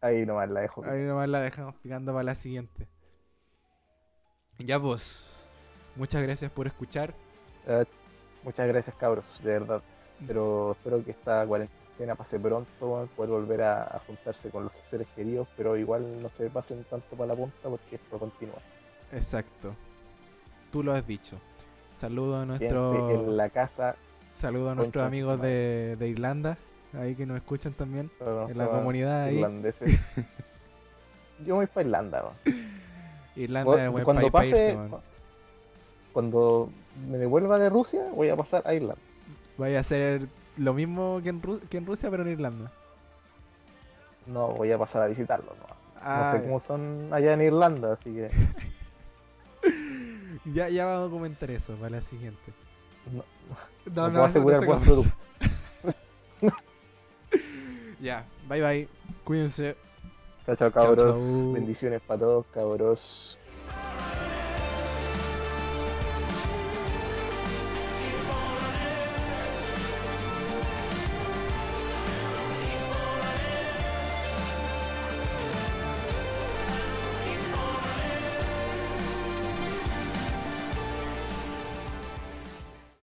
Speaker 2: Ahí nomás la dejo.
Speaker 1: Ahí nomás la dejamos picando para la siguiente. Ya
Speaker 2: pues.
Speaker 1: vos. Muchas gracias por escuchar.
Speaker 2: Eh, muchas gracias, cabros, de verdad. Pero espero que esta cuarentena pase pronto, weón, poder volver a, a juntarse con los seres queridos, pero igual no se pasen tanto para la punta porque esto continúa.
Speaker 1: Exacto. Tú lo has dicho. Saludo a
Speaker 2: Quédense en
Speaker 1: nuestro.
Speaker 2: la casa,
Speaker 1: Saludo a nuestros
Speaker 2: Concha
Speaker 1: amigos
Speaker 2: su madre.
Speaker 1: de, de Irlanda. Ahí que nos escuchan también.
Speaker 2: solo
Speaker 1: En la
Speaker 2: sean
Speaker 1: comunidad ahí.
Speaker 2: irlandeses. Yo voy para Irlanda, weón.
Speaker 1: Irlanda es
Speaker 2: Weón,
Speaker 1: buen
Speaker 2: cuando
Speaker 1: país para irse,
Speaker 2: pase,
Speaker 1: weón.
Speaker 2: cuando me devuelva de Rusia, voy a pasar a Irlanda.
Speaker 1: Vaya a ser lo mismo que en, Ru- que en Rusia, pero en Irlanda.
Speaker 2: No, voy a pasar a visitarlo. No, no
Speaker 1: Ah,
Speaker 2: sé cómo son allá en Irlanda, así que
Speaker 1: ya, ya vamos a comentar eso para la siguiente.
Speaker 2: No.
Speaker 1: no,
Speaker 2: no, puedo
Speaker 1: eso
Speaker 2: asegurar
Speaker 1: se
Speaker 2: buen
Speaker 1: comenta.
Speaker 2: producto.
Speaker 1: Ya, bye bye. Cuídense.
Speaker 2: Chao, chao,
Speaker 1: Chao,
Speaker 2: cabros.
Speaker 1: chao.
Speaker 2: Bendiciones para todos, cabros.